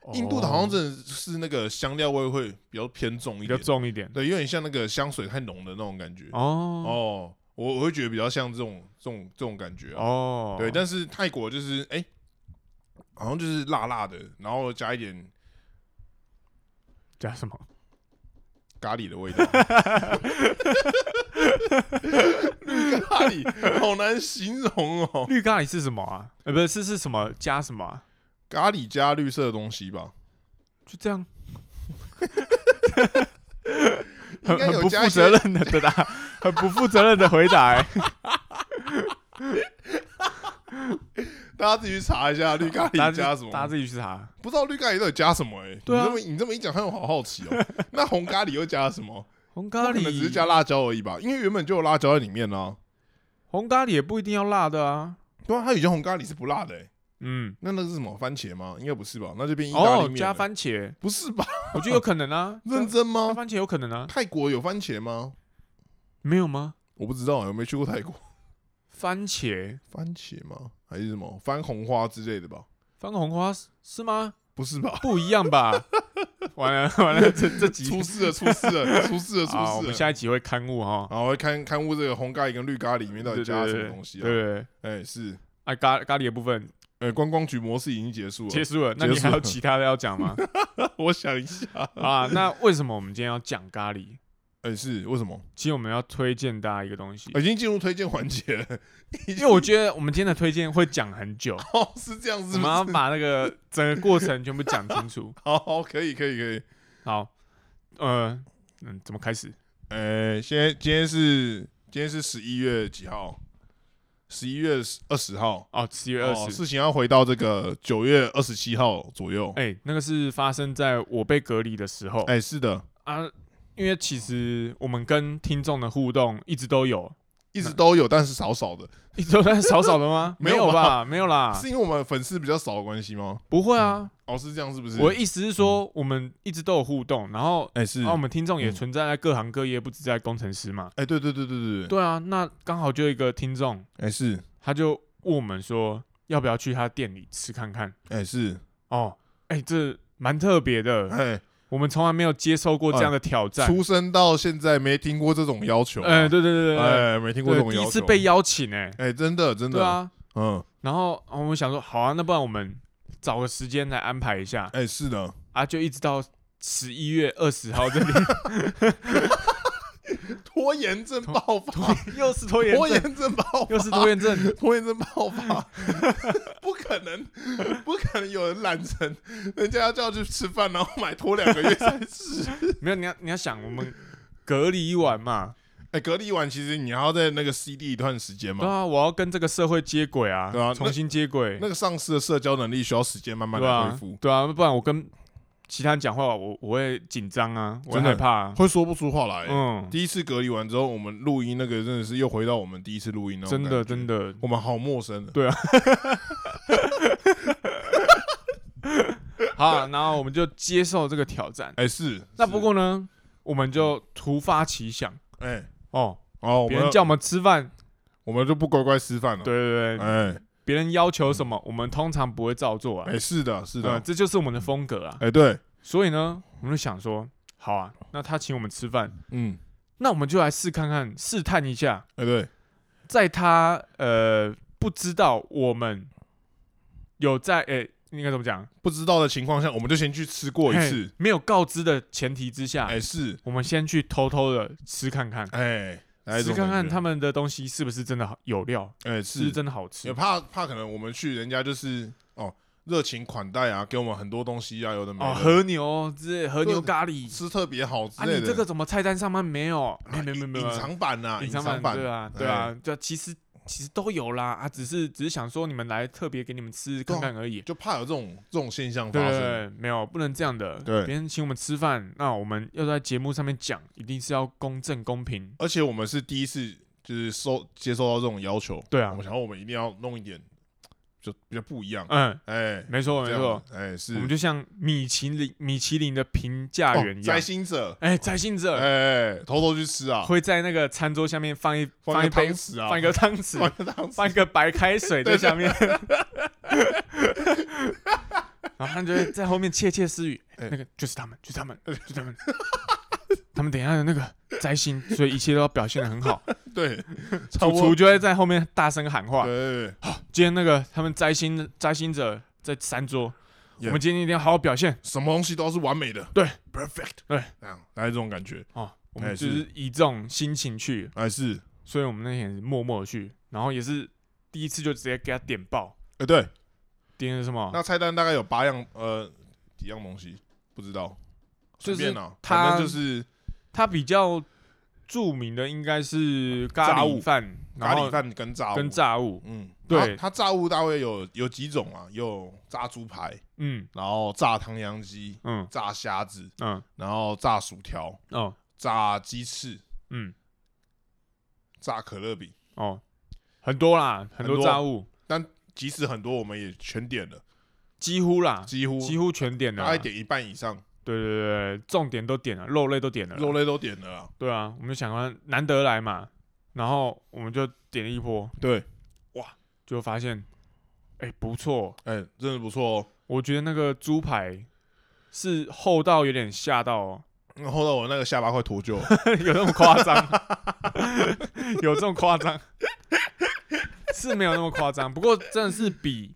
Speaker 2: 哦
Speaker 1: 印度的好像真的是那个香料味会比较偏重一
Speaker 2: 比较
Speaker 1: 点，
Speaker 2: 重一点。
Speaker 1: 对，有点像那个香水太浓的那种感觉。
Speaker 2: 哦
Speaker 1: 哦，我我会觉得比较像这种这种这种感觉啊。
Speaker 2: 哦，
Speaker 1: 对，但是泰国就是哎、好像就是辣辣的，然后加一点
Speaker 2: 加什么？
Speaker 1: 咖喱的味
Speaker 2: [laughs]
Speaker 1: 道。绿咖喱好难形容哦，
Speaker 2: 绿咖喱是什么啊？呃，不是是是什么加什么啊？
Speaker 1: 咖喱加绿色的东西吧，
Speaker 2: 就这样，
Speaker 1: 应
Speaker 2: [laughs] 很
Speaker 1: 该
Speaker 2: 很
Speaker 1: 有
Speaker 2: 不
Speaker 1: 加
Speaker 2: 负
Speaker 1: 一
Speaker 2: 责
Speaker 1: 些
Speaker 2: 任的的答， [laughs] 很不负责任的回答、
Speaker 1: [laughs]
Speaker 2: 欸。
Speaker 1: 大家自己去查一下绿咖
Speaker 2: 大
Speaker 1: 喱
Speaker 2: 家
Speaker 1: 加
Speaker 2: 自
Speaker 1: 什
Speaker 2: 己
Speaker 1: 么，
Speaker 2: 大家自己去查。
Speaker 1: 不知道绿咖喱到底加什么哎、
Speaker 2: 对啊
Speaker 1: 你这么你这么一讲，让我好好奇哦、 [laughs] 那红咖喱又加了什么？
Speaker 2: 红咖
Speaker 1: 它可
Speaker 2: 喱
Speaker 1: 能只是加辣椒而已吧，因为原本就有辣椒在里面啦、
Speaker 2: 红咖喱也不一定要辣的啊。
Speaker 1: 对啊，它以前红咖喱是不辣的、欸，
Speaker 2: 嗯，
Speaker 1: 那那是什么番茄吗？应该不是吧？那就变意大利
Speaker 2: 哦
Speaker 1: 面、，
Speaker 2: 加，番茄，
Speaker 1: 不是
Speaker 2: [laughs]
Speaker 1: 吧？。
Speaker 2: 我觉得有可能啊
Speaker 1: [laughs] 认真
Speaker 2: 加
Speaker 1: 吗？
Speaker 2: 番茄有可能啊？
Speaker 1: 泰国有番茄吗？
Speaker 2: 没有吗？
Speaker 1: 我不知道、欸，我没去过泰国。 [laughs]
Speaker 2: 番茄，
Speaker 1: 番茄吗？还是什么番红花之类的吧？
Speaker 2: 番红花是是吗？
Speaker 1: 不是
Speaker 2: [laughs]
Speaker 1: 吧？
Speaker 2: 不一样吧？完了完了，这这集
Speaker 1: 出事了，出事了，出 [laughs] 事了，出事
Speaker 2: 啊，
Speaker 1: 了！
Speaker 2: 我们下一集会刊物哈。
Speaker 1: 然后会看看屋这个红咖喱跟绿咖喱里面到底哦
Speaker 2: 对
Speaker 1: 加了什
Speaker 2: 对
Speaker 1: 么
Speaker 2: 对
Speaker 1: 东西啊？
Speaker 2: 对对，对
Speaker 1: 哎、是，
Speaker 2: 啊咖咖喱的部分
Speaker 1: 哎、观光局模式已经结束了。
Speaker 2: 结束了，那你
Speaker 1: 结束
Speaker 2: 还
Speaker 1: 了
Speaker 2: 有其他的要讲吗？
Speaker 1: [laughs] 我想一下，
Speaker 2: 啊，那为什么我们今天要讲咖喱？
Speaker 1: 哎、是为什么？哎
Speaker 2: 其实我们要推荐大家一个东西，
Speaker 1: 已经进入推荐环节了， [laughs]
Speaker 2: 因为我觉得我们今天的推荐会讲很久，
Speaker 1: 哦， [laughs] 是这样
Speaker 2: 我
Speaker 1: 子
Speaker 2: 们要
Speaker 1: 吗？
Speaker 2: 把那个整个过程全部讲清楚。
Speaker 1: 好好，可以，可以，可以。
Speaker 2: 好，呃，嗯，怎么开始？
Speaker 1: 呃，现在今天是今天是十一月几号？十一月二十号。
Speaker 2: 哦，十月二
Speaker 1: 哦，
Speaker 2: 十、
Speaker 1: 事情要回到这个九月二十七号左右。哎、
Speaker 2: 哎、那个是发生在我被隔离的时候、
Speaker 1: 是的，
Speaker 2: 啊，因为其实我们跟听众的互动一直都有，
Speaker 1: 一直都有，但是少少的，
Speaker 2: 一直都在少少的吗？
Speaker 1: [laughs] 没
Speaker 2: 没
Speaker 1: 有
Speaker 2: 有吧？没有啦，
Speaker 1: 是因为我们粉丝比较少的关系吗？
Speaker 2: 不会啊。
Speaker 1: 哦，是这样，是不是？
Speaker 2: 我的意思是说，我们一直都有互动，然后。
Speaker 1: 哎、是，
Speaker 2: 啊，我们听众也
Speaker 1: 嗯
Speaker 2: 存在在各行各业，不止在工程师嘛。
Speaker 1: 哎、对对对对对对，
Speaker 2: 对啊，那刚好就有一个听众，
Speaker 1: 哎、是，
Speaker 2: 他就问我们说，要不要去他店里吃看看？
Speaker 1: 哎、是，
Speaker 2: 哦，哎、这蛮特别
Speaker 1: [laughs]
Speaker 2: 的，
Speaker 1: 哎、
Speaker 2: 我们从来没有接受过这样的挑战。
Speaker 1: 出生到现在没听过这种要求、
Speaker 2: 哎、对对对对对，
Speaker 1: 哎、没听过这
Speaker 2: 对
Speaker 1: 种要
Speaker 2: 第
Speaker 1: 求，
Speaker 2: 一次被邀请哎、
Speaker 1: 哎、真的真的，
Speaker 2: 对啊。
Speaker 1: 嗯，
Speaker 2: 然后哦我们想说，好啊，那不然我们找个时间来安排一下
Speaker 1: 哎、是的，
Speaker 2: 啊，就一直到十一月二十号这里，
Speaker 1: 拖延症爆发，
Speaker 2: [laughs] 又是 [laughs] 拖延
Speaker 1: 拖
Speaker 2: 症，
Speaker 1: 延症爆发，
Speaker 2: 又是拖延症，
Speaker 1: [laughs]
Speaker 2: [laughs]
Speaker 1: 拖延症爆发， [laughs] 不可能， [laughs] 不可能有人懒成，人家要叫去吃饭，然后买拖两个月才
Speaker 2: [laughs]
Speaker 1: 吃。
Speaker 2: 没有你要你要想我们隔离完嘛，
Speaker 1: 哎、隔离完其实你还要在那个 CD 一段时间
Speaker 2: 对
Speaker 1: 嘛，
Speaker 2: 啊，我要跟这个社会接轨啊，
Speaker 1: 对啊那
Speaker 2: 重新接轨，
Speaker 1: 那个丧失的社交能力需要时间慢慢
Speaker 2: 对
Speaker 1: 的
Speaker 2: 啊
Speaker 1: 恢复，，
Speaker 2: 对啊，不然我跟其他人讲话，我我会紧张啊，我会
Speaker 1: 真的
Speaker 2: 害怕、啊，
Speaker 1: 会说不出话来、
Speaker 2: 嗯，
Speaker 1: 第一次隔离完之后，我们录音那个真的是又回到我们第一次录音那种
Speaker 2: 真的
Speaker 1: 感觉
Speaker 2: 真的，
Speaker 1: 我们好陌生的。
Speaker 2: 好，啊然后我们就接受这个挑战。
Speaker 1: 哎、是，
Speaker 2: 那
Speaker 1: 是
Speaker 2: 不，过呢，我们就突发奇想
Speaker 1: 哎、
Speaker 2: 哦，
Speaker 1: 哦，我
Speaker 2: 别人
Speaker 1: 们
Speaker 2: 叫我们吃饭，
Speaker 1: 我们就不乖乖吃饭了。
Speaker 2: 对，对对，
Speaker 1: 哎、
Speaker 2: 别人要求什么，我们通常不会照做啊
Speaker 1: 哎、。是的，是的，
Speaker 2: 嗯，这就是我们的风格啊
Speaker 1: 哎、。对，
Speaker 2: 所以呢，我们就想说，好啊，那他请我们吃饭，
Speaker 1: 嗯，
Speaker 2: 那我们就来试看看，试探一下，
Speaker 1: 哎、对，
Speaker 2: 在他呃不知道我们有在诶应该怎么讲
Speaker 1: 不知道的情况下，我们就先去吃过一次
Speaker 2: 嘿。没有告知的前提之下，
Speaker 1: 哎、是，
Speaker 2: 我们先去偷偷的吃看看。
Speaker 1: 哎、来一
Speaker 2: 吃
Speaker 1: 种
Speaker 2: 看
Speaker 1: 感
Speaker 2: 看
Speaker 1: 觉
Speaker 2: 他，们的东西是不是真的好有料，
Speaker 1: 哎、
Speaker 2: 是不是
Speaker 1: 是，
Speaker 2: 真的好
Speaker 1: 也
Speaker 2: 吃。
Speaker 1: 怕怕可能我们去人家就是哦，热情款待啊，给我们很多东西啊，有的没的，
Speaker 2: 哦，和牛之类，和牛咖喱
Speaker 1: 吃特别好之
Speaker 2: 啊，
Speaker 1: 类的。哎
Speaker 2: 你这个怎么菜单上面没有？没有没有没有没有
Speaker 1: 隐藏版呐、啊，
Speaker 2: 隐
Speaker 1: 藏
Speaker 2: 藏版
Speaker 1: 版哎
Speaker 2: 对啊对啊，对啊，其实其实都有啦啊，只是只是想说你们来特别给你们吃看看而已。
Speaker 1: 就啊怕有这种这种现象发
Speaker 2: 对对
Speaker 1: 生。
Speaker 2: 对，没有不能这样的。
Speaker 1: 对
Speaker 2: 别人请我们吃饭，那我们要在节目上面讲，一定是要公正公平。
Speaker 1: 而且我们是第一次就是收接收到这种要求，
Speaker 2: 对啊
Speaker 1: 我们，想要我们一定要弄一点就比较不一样，
Speaker 2: 嗯，
Speaker 1: 哎、
Speaker 2: 没错没
Speaker 1: 这样
Speaker 2: 错，
Speaker 1: 子，哎、是
Speaker 2: 我们就像米其林米其林的评价
Speaker 1: 哦
Speaker 2: 员一样
Speaker 1: 摘，星者，
Speaker 2: 哎，摘星
Speaker 1: 哎、
Speaker 2: 者
Speaker 1: 偷偷去吃啊，
Speaker 2: 会在那个餐桌下面放一
Speaker 1: 放
Speaker 2: 一
Speaker 1: 个汤
Speaker 2: 杯，
Speaker 1: 匙啊，
Speaker 2: 放一个汤匙，
Speaker 1: 放一个
Speaker 2: [laughs]
Speaker 1: 汤匙，
Speaker 2: 放一个白开水在下面，然后他就会在后面窃窃私语，
Speaker 1: 哎
Speaker 2: 那个就是他们，就是他们，就是他们，他们等一下的那个摘星，所以一切都要表现的很好。
Speaker 1: 对， [laughs] 差
Speaker 2: 主
Speaker 1: 不
Speaker 2: 厨
Speaker 1: 多，
Speaker 2: 就会在后面大声喊话
Speaker 1: 对，对对
Speaker 2: 今天那个他们摘星摘星者在三桌，我
Speaker 1: Yeah
Speaker 2: 们今天一定要好好表现
Speaker 1: 什么东西都是完美的，
Speaker 2: 对
Speaker 1: ，perfect，
Speaker 2: 对，
Speaker 1: 这样，大概这种感觉，
Speaker 2: 哦。我们
Speaker 1: 哎
Speaker 2: 就是是以这种心情去，
Speaker 1: 哎、是，
Speaker 2: 所以我们那天也是默默的去，然后也是第一次就直接给他点爆，
Speaker 1: 哎、对，
Speaker 2: 点了什么？
Speaker 1: 那菜单大概有八样，呃，几样东西不知道，随
Speaker 2: 就是
Speaker 1: 便啦，
Speaker 2: 它
Speaker 1: 反正就是
Speaker 2: 它比较著名的应该是咖
Speaker 1: 炸
Speaker 2: 喱
Speaker 1: 物
Speaker 2: 饭，然
Speaker 1: 咖
Speaker 2: 后
Speaker 1: 喱饭跟炸物
Speaker 2: 跟炸物，
Speaker 1: 嗯，
Speaker 2: 对
Speaker 1: 然后它炸物大概有有几种啊，有炸猪排，
Speaker 2: 嗯
Speaker 1: 然后炸唐扬鸡、
Speaker 2: 嗯
Speaker 1: 炸虾子，
Speaker 2: 嗯
Speaker 1: 然后炸薯条、
Speaker 2: 哦
Speaker 1: 炸鸡翅、
Speaker 2: 嗯
Speaker 1: 炸可乐饼。
Speaker 2: 哦，很多啦，
Speaker 1: 很
Speaker 2: 很
Speaker 1: 多
Speaker 2: 炸物，
Speaker 1: 即使很多，我们也全点了，
Speaker 2: 几乎啦，
Speaker 1: 几乎
Speaker 2: 几乎全点了
Speaker 1: 大
Speaker 2: 啦，
Speaker 1: 概
Speaker 2: 对
Speaker 1: 点一半以上，
Speaker 2: 对对，对重点都点了，肉类都点了啦，
Speaker 1: 肉类都点了啦。
Speaker 2: 对啊，我们就想说难得来嘛，然后我们就点了一波，
Speaker 1: 对，
Speaker 2: 就发现，哎不错，
Speaker 1: 哎、真的不错哦。
Speaker 2: 我觉得那个猪排是厚到有点吓到哦。
Speaker 1: 然后到我那个下巴快脱臼了，
Speaker 2: [laughs] 有那么夸张？ [laughs] 有这么夸张？是没有那么夸张，不过真的是比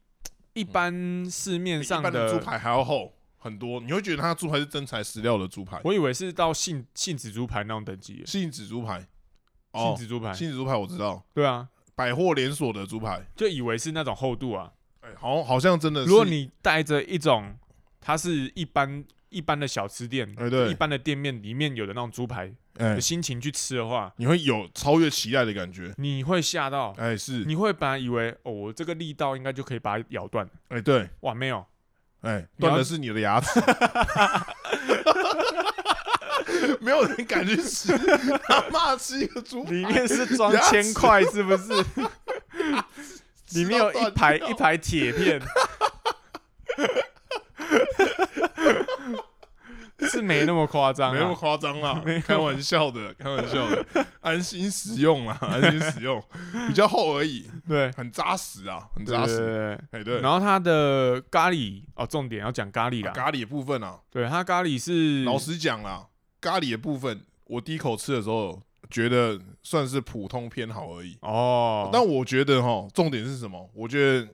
Speaker 2: 一般市面
Speaker 1: 比一
Speaker 2: 上
Speaker 1: 般的猪
Speaker 2: 的，
Speaker 1: 排还要厚很多。你会觉得它的猪排是真材实料的猪排，
Speaker 2: 我以为是到杏杏子猪排那种等级耶，
Speaker 1: 杏子猪排，
Speaker 2: 杏
Speaker 1: 哦，
Speaker 2: 子猪排，
Speaker 1: 杏子猪排我知道，
Speaker 2: 对啊，
Speaker 1: 百货连锁的猪排，
Speaker 2: 就以为是那种厚度啊。
Speaker 1: 哎、好，好像真的是。
Speaker 2: 如果你带着一种，它是一般一般的小吃店，
Speaker 1: 哎、对
Speaker 2: 一，般的店面里面有的那种猪排
Speaker 1: 哎、
Speaker 2: 的心情去吃的话，
Speaker 1: 你会有超越期待的感觉。
Speaker 2: 你会吓到，
Speaker 1: 哎、是，
Speaker 2: 你会本来以为哦，我这个力道应该就可以把它咬断，
Speaker 1: 哎、对，
Speaker 2: 哇，没有，
Speaker 1: 哎、
Speaker 2: 你要
Speaker 1: 断的是你的牙
Speaker 2: [laughs]
Speaker 1: 齿。没有人敢去
Speaker 2: [laughs]
Speaker 1: 吃，他妈吃一个猪排
Speaker 2: 里面是装
Speaker 1: 牙
Speaker 2: 铅块是不
Speaker 1: [laughs]
Speaker 2: 是？里面有
Speaker 1: 吃到
Speaker 2: 一排
Speaker 1: 断掉
Speaker 2: 一排铁片，
Speaker 1: [laughs]
Speaker 2: 是没那么夸张
Speaker 1: 没那么
Speaker 2: 啊。
Speaker 1: 夸张
Speaker 2: [laughs]
Speaker 1: 啦，开玩笑的，开玩笑的，安心使用
Speaker 2: [laughs]
Speaker 1: 啦，安心使用，比较厚而已，
Speaker 2: 对，
Speaker 1: 很扎实啊，很
Speaker 2: 对
Speaker 1: 扎
Speaker 2: 对
Speaker 1: 实。
Speaker 2: 对
Speaker 1: 哎、
Speaker 2: 对。
Speaker 1: 对，
Speaker 2: 然后它的咖喱哦，重点要讲嗯咖喱啦。
Speaker 1: 咖喱的部分啊，
Speaker 2: 对，它咖喱是
Speaker 1: 老实讲啦，咖喱的部分，我第一口吃的时候觉得算是普通偏好而已。
Speaker 2: 哦，
Speaker 1: 但我觉得哈，重点是什么？我觉得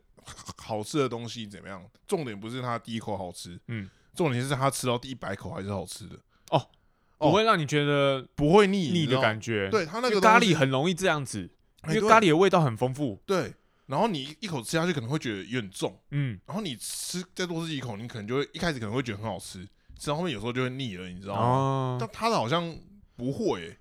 Speaker 1: 好吃的东西怎么样？重点不是它第一口好吃，
Speaker 2: 嗯，
Speaker 1: 重点是它吃到第一百口还是好吃的，
Speaker 2: 不会让你觉得
Speaker 1: 不会腻
Speaker 2: 腻的感
Speaker 1: 觉。
Speaker 2: 觉。
Speaker 1: 哦对它那
Speaker 2: 因
Speaker 1: 个
Speaker 2: 为咖
Speaker 1: 东西
Speaker 2: 喱，很容易这样子，因
Speaker 1: 哎
Speaker 2: 为
Speaker 1: 对
Speaker 2: 咖喱的味道很丰富。
Speaker 1: 对，然后你一口吃下去可能会觉得有点重，
Speaker 2: 嗯，
Speaker 1: 然后你吃再多吃几口，你可能就会一开始可能会觉得很好吃，吃到后面有时候就会腻了，你知道吗？
Speaker 2: 哦，哎
Speaker 1: 但它的好像不会、欸，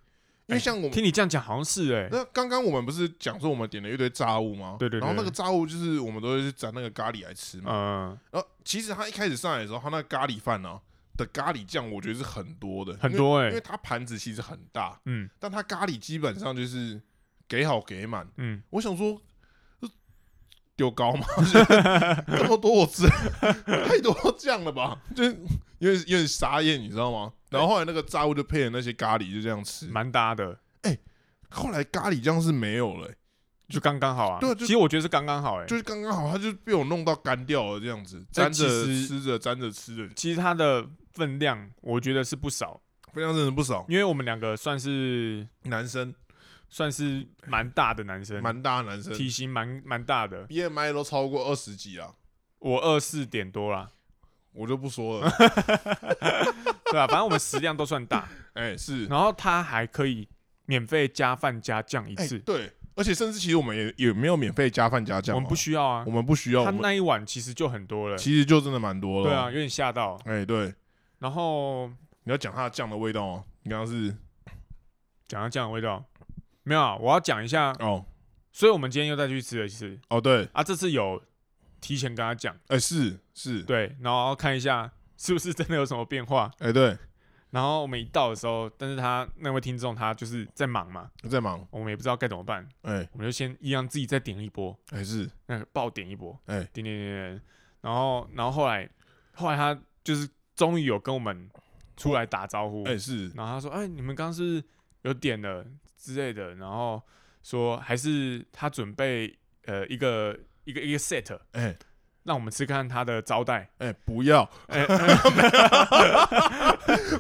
Speaker 1: 因为像我们。
Speaker 2: 听你这样讲好像是哎，
Speaker 1: 那刚刚我们不是讲说我们点了一堆炸物吗？
Speaker 2: 对对对
Speaker 1: 然后那个炸物就是我们都会去沾那个咖喱来吃嘛。
Speaker 2: 嗯，
Speaker 1: 然后其实他一开始上来的时候，他那个咖喱饭呢、的咖喱酱，我觉得是很多的，
Speaker 2: 很
Speaker 1: 因为
Speaker 2: 多
Speaker 1: 因为
Speaker 2: 哎，
Speaker 1: 它盘子其实很大，
Speaker 2: 嗯
Speaker 1: 但它咖喱基本上就是给好给满。
Speaker 2: 嗯，
Speaker 1: 我想说，这丢高
Speaker 2: [laughs]
Speaker 1: 吗？这么多我吃 [laughs] 太多酱了吧？就是有点有点傻眼，你知道吗？然后后来那个炸物就配了那些咖喱，就这样吃。
Speaker 2: 蛮搭的，
Speaker 1: 后来咖喱酱是没有了、欸
Speaker 2: 就刚刚好啊。
Speaker 1: 对啊就
Speaker 2: 其实我觉得是刚刚好哎、
Speaker 1: 就是刚刚好，它就被我弄到干掉了，这样子
Speaker 2: 但
Speaker 1: 沾着
Speaker 2: 其实
Speaker 1: 吃着沾着吃着，
Speaker 2: 其实它的分量我觉得是不少，
Speaker 1: 分量真的不少。
Speaker 2: 因为我们两个算是
Speaker 1: 男生
Speaker 2: 算是蛮大的男生，
Speaker 1: 蛮大的男生，
Speaker 2: 体型蛮蛮大的，
Speaker 1: BMI 都超过二十几啊，
Speaker 2: 我二四点多啦，
Speaker 1: 我就不说
Speaker 2: [laughs]
Speaker 1: 了。
Speaker 2: 对吧、反正我们食量都算大，
Speaker 1: [laughs] 哎、是，
Speaker 2: 然后它还可以免费加饭加酱一
Speaker 1: 哎、
Speaker 2: 次，
Speaker 1: 对，而且甚至其实我们也也没有免费加饭加酱哦、
Speaker 2: 我们不需要啊
Speaker 1: 我。们不需要，
Speaker 2: 他
Speaker 1: 我们
Speaker 2: 那一碗其实就很多了，
Speaker 1: 其实就真的蛮多了。
Speaker 2: 对啊，，有点吓到。
Speaker 1: 哎、对，
Speaker 2: 然后
Speaker 1: 你要讲它的酱的味道哦。你刚刚是
Speaker 2: 讲到酱的味道，没有、啊，我要讲一下，
Speaker 1: 哦
Speaker 2: 所以我们今天又再去吃了一次
Speaker 1: 哦对，
Speaker 2: 啊，这次有提前跟他讲，
Speaker 1: 哎、是是，
Speaker 2: 对，然后看一下是不是真的有什么变化。
Speaker 1: 哎、对，
Speaker 2: 然后我们一到的时候，但是他那位听众他就是在忙嘛，
Speaker 1: 我在忙，
Speaker 2: 我们也不知道该怎么办，
Speaker 1: 哎、
Speaker 2: 我们就先一样自己再点一波，
Speaker 1: 哎、是，
Speaker 2: 那个爆点一波，
Speaker 1: 哎
Speaker 2: 点点点点，然后然后后来后来他就是终于有跟我们出来打招呼，
Speaker 1: 哎、是，
Speaker 2: 然后他说：“哎、你们刚刚是不是有点了之类的。”然后说还是他准备呃一个一个一个 set，
Speaker 1: 哎、
Speaker 2: 让我们吃看他的招待。
Speaker 1: 哎、不要， [laughs]
Speaker 2: 哎、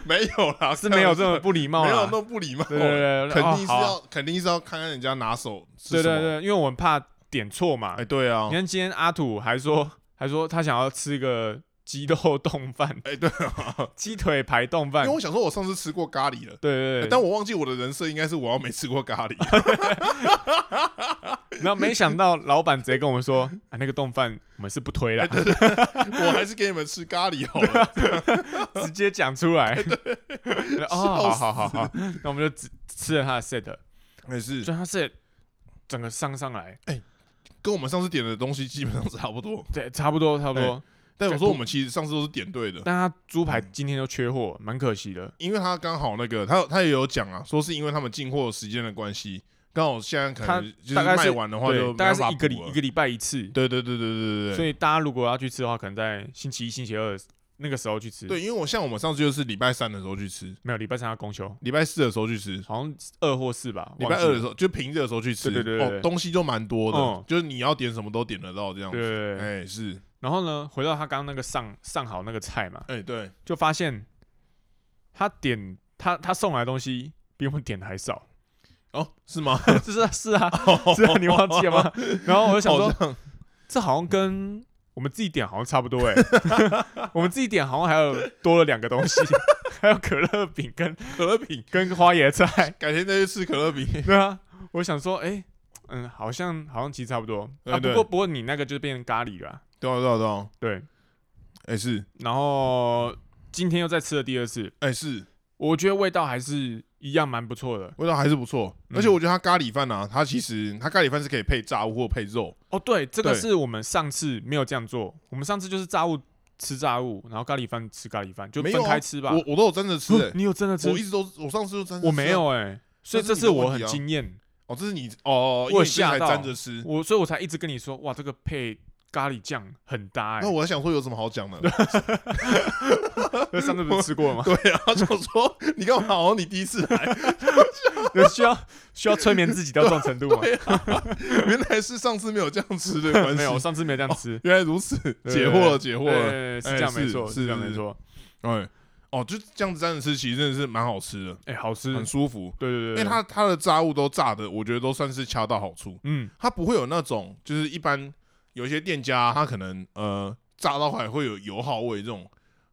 Speaker 1: 没有啦，
Speaker 2: 是 [laughs] 没有这么不礼貌
Speaker 1: 没有
Speaker 2: 啦
Speaker 1: 那，么不礼貌，
Speaker 2: 对对对，
Speaker 1: 肯定
Speaker 2: 哦
Speaker 1: 是
Speaker 2: 好啊
Speaker 1: 要、肯定是要看看人家拿手是
Speaker 2: 对
Speaker 1: 什
Speaker 2: 对
Speaker 1: 么，
Speaker 2: 对，因为我们怕点错嘛。
Speaker 1: 哎、对啊
Speaker 2: 你，看今天阿土还说还说他想要吃一个鸡肉冻饭，
Speaker 1: 哎、对啊，
Speaker 2: [laughs] 鸡腿排冻
Speaker 1: 因
Speaker 2: 饭
Speaker 1: 为。我想说，我上次吃过咖喱了。
Speaker 2: 对对
Speaker 1: 哎
Speaker 2: 对，
Speaker 1: 但我忘记我的人设应该是我要没吃过咖喱，
Speaker 2: 然后没想到老板直接跟我们
Speaker 1: [laughs]
Speaker 2: 说，啊，那个冻饭我们是不推
Speaker 1: 哎
Speaker 2: 了，
Speaker 1: 我还是给你们吃咖喱好了。
Speaker 2: [laughs] 直接讲出来。 [laughs] 哦，好
Speaker 1: 哎笑
Speaker 2: 好好好，那我们就只吃了他的 set，
Speaker 1: 没事，
Speaker 2: 所以他 set 整个上上来，
Speaker 1: 跟我们上次点的东西基本上是差不多。
Speaker 2: 对，差不多差不
Speaker 1: 哎
Speaker 2: 多。
Speaker 1: 但我
Speaker 2: 这
Speaker 1: 说
Speaker 2: 不
Speaker 1: 我们其实上次都是点对的，
Speaker 2: 但他猪排今天就缺货，蛮可惜的。
Speaker 1: 因为他刚好那个他他也有讲啊，说是因为他们进货时间的关系，刚好现在可
Speaker 2: 他
Speaker 1: 能就是
Speaker 2: 大概
Speaker 1: 卖
Speaker 2: 是
Speaker 1: 完的话就
Speaker 2: 对，
Speaker 1: 没
Speaker 2: 大概
Speaker 1: 办
Speaker 2: 是
Speaker 1: 法
Speaker 2: 一个礼
Speaker 1: 补了
Speaker 2: 一个礼拜一次，
Speaker 1: 对对对对对对
Speaker 2: 所
Speaker 1: 对。
Speaker 2: 以大家如果要去吃的话，可能在星期一、星期二那个时候去吃。，
Speaker 1: 对，因为我像我们上次就是礼拜三的时候去吃，
Speaker 2: 没有礼拜三要公休，
Speaker 1: 礼拜四的时候去吃，
Speaker 2: 好像二或四吧。
Speaker 1: 礼拜二的时
Speaker 2: 候，
Speaker 1: 候就平日的时候去吃，
Speaker 2: 对对对对对
Speaker 1: 哦，东西就蛮多的
Speaker 2: 嗯，
Speaker 1: 就是你要点什么都点得到这样
Speaker 2: 对
Speaker 1: 子。
Speaker 2: 对对。
Speaker 1: 哎，是，
Speaker 2: 然后呢，回到他刚刚那个上上好那个菜嘛，
Speaker 1: 哎，对，
Speaker 2: 就发现他点他他送来的东西比我们点的还少， [laughs]
Speaker 1: 哦，是吗？
Speaker 2: 是啊是啊 [laughs] 是啊，你忘记了吗？然后我就
Speaker 1: [laughs]
Speaker 2: 想
Speaker 1: 好
Speaker 2: 说，
Speaker 1: 像
Speaker 2: 这好像跟我们自己点好像差不多哎、 [laughs] 我们自己点好像还有多了两个东西， [laughs] 还有可乐饼跟
Speaker 1: 可乐饼，
Speaker 2: 跟花椰菜， [laughs]
Speaker 1: 改天再去吃可乐饼。 [laughs]
Speaker 2: 对啊，我想说哎、嗯，好像好像其实差不多，
Speaker 1: 对
Speaker 2: 啊、不
Speaker 1: 对
Speaker 2: 过不过你那个就变成咖喱了啊，
Speaker 1: 对啊对啊对啊，
Speaker 2: 对，
Speaker 1: 哎是，
Speaker 2: 然后今天又再吃了第二次，
Speaker 1: 哎是，
Speaker 2: 我觉得味道还是一样蛮不错的
Speaker 1: 味道还是不错，
Speaker 2: 嗯
Speaker 1: 而且我觉得它咖喱饭啊，它其实它咖喱饭是可以配炸物或配肉，
Speaker 2: 哦。对，这个
Speaker 1: 对
Speaker 2: 是我们上次没有这样做，我们上次就是炸物吃炸物，然后咖喱饭吃咖喱饭，就
Speaker 1: 没
Speaker 2: 分
Speaker 1: 有啊
Speaker 2: 开吃吧。
Speaker 1: 我我都有真的
Speaker 2: [laughs]
Speaker 1: 吃、
Speaker 2: 你有真的吃
Speaker 1: 欸，我一直都我上次就真的吃啊
Speaker 2: 我没有哎、所以这
Speaker 1: 这是
Speaker 2: 次
Speaker 1: 你的
Speaker 2: 我
Speaker 1: 问
Speaker 2: 很
Speaker 1: 题啊
Speaker 2: 惊艳，
Speaker 1: 哦，这是你哦，
Speaker 2: 我
Speaker 1: 因为你
Speaker 2: 吓
Speaker 1: 之前还
Speaker 2: 到
Speaker 1: 沾着吃，
Speaker 2: 我所以我才一直跟你说，哇，这个配咖喱酱很搭哎、
Speaker 1: 那我还想说有什么好
Speaker 2: [laughs]
Speaker 1: 讲的？
Speaker 2: 那上次不是吃过了吗？
Speaker 1: 对啊，想说你干嘛？好像你第一次来，啊
Speaker 2: 有 [laughs] 需要需要催眠自己到这种程度吗？啊
Speaker 1: 原来是上次没有这样吃的关系，
Speaker 2: [laughs] 没有，我上次没有这样吃，
Speaker 1: [laughs] 原来如此，
Speaker 2: 对
Speaker 1: 解惑了，解惑
Speaker 2: 对对
Speaker 1: 了，
Speaker 2: 对对是
Speaker 1: 哦哎
Speaker 2: 这样没
Speaker 1: 是
Speaker 2: 错，
Speaker 1: 是
Speaker 2: 这样
Speaker 1: 是
Speaker 2: 没错，
Speaker 1: 哎，哦，就这样子沾着吃，其实真的是蛮好吃的，
Speaker 2: 哎，好吃，
Speaker 1: 很
Speaker 2: 对
Speaker 1: 舒服，
Speaker 2: 对对，
Speaker 1: 因
Speaker 2: 对
Speaker 1: 为它它的炸物都炸的，我觉得都算是恰到好处。
Speaker 2: 嗯，
Speaker 1: 它不会有那种就是一般有一些店家，他可能呃炸到还会有油耗味这种，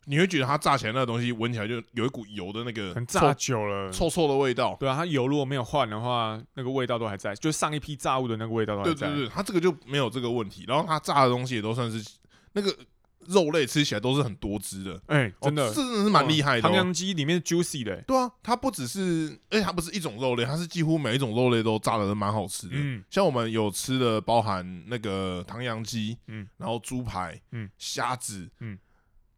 Speaker 1: 你会觉得它炸起来那个东西闻起来就有一股油的那个
Speaker 2: 很炸
Speaker 1: 臭
Speaker 2: 久了，
Speaker 1: 臭臭的味道。
Speaker 2: 对啊，它油如果没有换的话，那个味道都还在，就上一批炸物的那个味道都还
Speaker 1: 对
Speaker 2: 在。
Speaker 1: 对对，它这个就没有这个问题。然后它炸的东西也都算是那个肉类吃起来都是很多汁的，
Speaker 2: 哎、真的、
Speaker 1: 哦这真的是蛮厉害的
Speaker 2: 唐
Speaker 1: 哦、
Speaker 2: 扬鸡里面是 juicy 的、欸，
Speaker 1: 对啊，它不只是，而且它不是一种肉类，它是几乎每一种肉类都炸的蛮好吃的。
Speaker 2: 嗯，
Speaker 1: 像我们有吃的，包含那个唐扬鸡，
Speaker 2: 嗯
Speaker 1: 然后猪排，
Speaker 2: 嗯，
Speaker 1: 虾子，
Speaker 2: 嗯，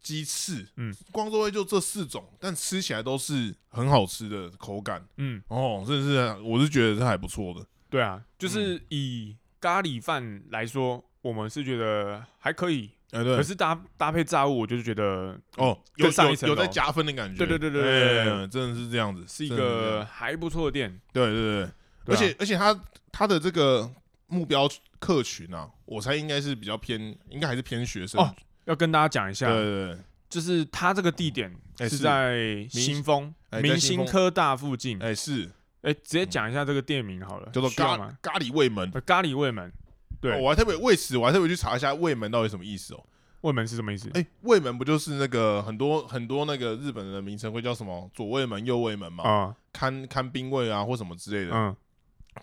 Speaker 1: 鸡翅，
Speaker 2: 嗯，
Speaker 1: 光肉类就这四种，但吃起来都是很好吃的口感
Speaker 2: 嗯，
Speaker 1: 哦，真的是，我是觉得是还不错的。
Speaker 2: 对啊，
Speaker 1: 嗯
Speaker 2: 就是以咖喱饭来说，我们是觉得还可以，
Speaker 1: 哎、
Speaker 2: 可
Speaker 1: 对，
Speaker 2: 是搭搭配炸物，我就是觉得
Speaker 1: 哦，有
Speaker 2: 更上
Speaker 1: 有
Speaker 2: 一层
Speaker 1: 有
Speaker 2: 楼
Speaker 1: 在加分的感觉，
Speaker 2: 对对对对对对
Speaker 1: 哎
Speaker 2: 对
Speaker 1: 真的是这样子，
Speaker 2: 是一
Speaker 1: 真的这样
Speaker 2: 个还不错的店，
Speaker 1: 对对对，
Speaker 2: 对
Speaker 1: 而
Speaker 2: 啊
Speaker 1: 且而且他他的这个目标客群啊，我猜应该是比较偏，应该还是偏学生，
Speaker 2: 哦要跟大家讲一
Speaker 1: 对
Speaker 2: 下，
Speaker 1: 对对，
Speaker 2: 就是它这个地点
Speaker 1: 哎
Speaker 2: 是
Speaker 1: 是
Speaker 2: 在新丰
Speaker 1: 哎在
Speaker 2: 明
Speaker 1: 新
Speaker 2: 星
Speaker 1: 丰
Speaker 2: 科大附近，
Speaker 1: 哎、是
Speaker 2: 哎，直接讲一下这个店名好了，
Speaker 1: 叫做
Speaker 2: 需要
Speaker 1: 咖
Speaker 2: 吗？
Speaker 1: 咖喱味门。
Speaker 2: 呃咖喱味门，对
Speaker 1: 哦我还特别为此，我还特别去查一下卫门到底什么意思哦。
Speaker 2: 味门是什么意思？
Speaker 1: 哎、卫门不就是那个很多很多那个日本人的名称会叫什么左卫门、右卫门嘛，
Speaker 2: 啊，
Speaker 1: 看看兵卫啊或什么之类的。
Speaker 2: 嗯，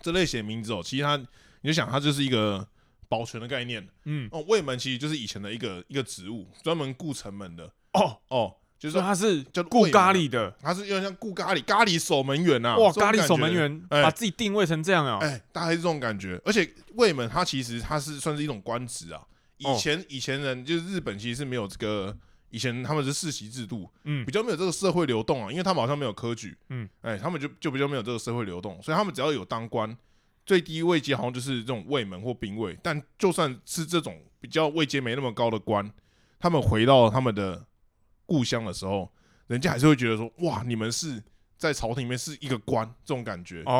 Speaker 1: 这类写名字哦，其实它你就想它就是一个保全的概念
Speaker 2: 嗯，
Speaker 1: 哦。卫门其实就是以前的一个一个职务，专门雇城门的
Speaker 2: 哦，
Speaker 1: 哦，就
Speaker 2: 就是是他是
Speaker 1: 叫
Speaker 2: 顾
Speaker 1: 卫门
Speaker 2: 咖
Speaker 1: 啊
Speaker 2: 喱的，
Speaker 1: 它是有点像雇咖喱咖喱守门员啊，
Speaker 2: 哇，
Speaker 1: 这种
Speaker 2: 咖
Speaker 1: 感
Speaker 2: 喱
Speaker 1: 觉
Speaker 2: 守门员
Speaker 1: 哎
Speaker 2: 把自己定位成这样哦，
Speaker 1: 哎、大概是这种感觉。而且卫门它其实它是算是一种官职啊。以
Speaker 2: 哦
Speaker 1: 前、以前人就是日本其实是没有这个，以前他们是世袭制度，
Speaker 2: 嗯
Speaker 1: 比较没有这个社会流动啊，因为他们好像没有科举，
Speaker 2: 嗯，
Speaker 1: 哎、他们就就比较没有这个社会流动，所以他们只要有当官，最低位阶好像就是这种卫门或兵卫，但就算是这种比较位阶没那么高的官，他们回到他们的故乡的时候，人家还是会觉得说，哇，你们是在朝廷里面是一个官这种感觉，
Speaker 2: 哦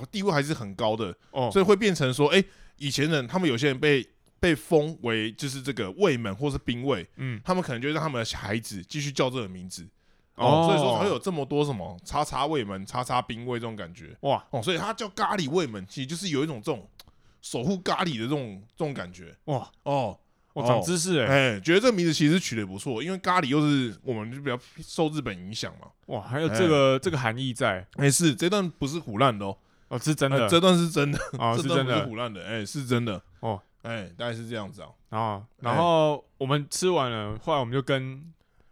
Speaker 1: 哦，地位还是很高的，
Speaker 2: 哦，
Speaker 1: 所以会变成说，哎、以前人他们有些人被被封为就是这个卫门或是兵卫，
Speaker 2: 嗯，
Speaker 1: 他们可能就让他们的孩子继续叫这个名字，
Speaker 2: 哦
Speaker 1: 哦，所以说才会有这么多什么叉叉卫门、叉叉兵卫这种感觉，
Speaker 2: 哇，
Speaker 1: 哦，所以他叫咖喱卫门，其实就是有一种这种守护咖喱的这种这种感觉，
Speaker 2: 哇，
Speaker 1: 哦，
Speaker 2: 我
Speaker 1: 哦
Speaker 2: 长知识哎，
Speaker 1: 哎、觉得这个名字其实取得不错，因为咖喱又是我们就比较受日本影响嘛，
Speaker 2: 哇，还有这个这个含义在，
Speaker 1: 哎、是这段不是胡乱的哦，
Speaker 2: 哦，是真
Speaker 1: 呃
Speaker 2: 的，
Speaker 1: 这段是真的。
Speaker 2: 哦，
Speaker 1: 这
Speaker 2: 是
Speaker 1: 真
Speaker 2: 真
Speaker 1: 不是
Speaker 2: 的
Speaker 1: 腐烂的，哎、是真的
Speaker 2: 哦，
Speaker 1: 哎、大概是这样子啊。
Speaker 2: 哦，然
Speaker 1: 哎
Speaker 2: 后我们吃完了，后来我们就跟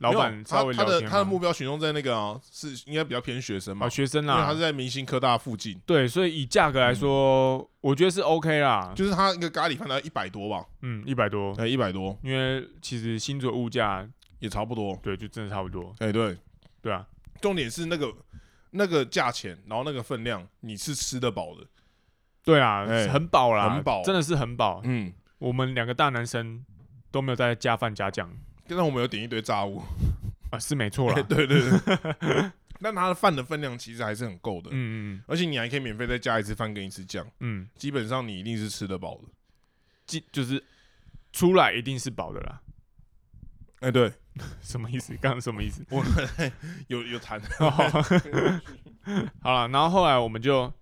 Speaker 2: 老
Speaker 1: 没有
Speaker 2: 板稍微
Speaker 1: 他
Speaker 2: 聊
Speaker 1: 他的
Speaker 2: 天嘛，
Speaker 1: 他的目标群众在那个啊，是应该比较偏学生嘛，
Speaker 2: 哦学生
Speaker 1: 因为他
Speaker 2: 啦
Speaker 1: 是，在嗯明星科大附近，
Speaker 2: 对，所以以价格来说，我觉得是 OK 啦，
Speaker 1: 就是他一个咖喱饭大概一百多吧，
Speaker 2: 嗯，一百多，
Speaker 1: 哎、一百多
Speaker 2: 因为其实新竹的物价
Speaker 1: 也差不多，
Speaker 2: 对就真的差不多，
Speaker 1: 哎、对，
Speaker 2: 对啊，
Speaker 1: 重点是那个那个价钱，然后那个分量，你是吃得饱的，
Speaker 2: 对啊，
Speaker 1: 哎
Speaker 2: 很饱啦，
Speaker 1: 很饱
Speaker 2: 真的是很饱，
Speaker 1: 嗯，
Speaker 2: 我们两个大男生都没有在加饭加酱
Speaker 1: 但我们有点一堆炸物，
Speaker 2: 啊，是没错啦，
Speaker 1: 哎 [laughs] 对对对，
Speaker 2: [laughs]
Speaker 1: 但他的饭的分量其实还是很够的，
Speaker 2: 嗯嗯
Speaker 1: 而且你还可以免费再加一次饭跟一次酱，
Speaker 2: 嗯，
Speaker 1: 基本上你一定是吃得饱的，
Speaker 2: 就就是出来一定是饱的啦，
Speaker 1: 哎、对
Speaker 2: 什么意思？刚刚什么意思？ [laughs]
Speaker 1: 我有有谈。
Speaker 2: 好了，然后后来我们就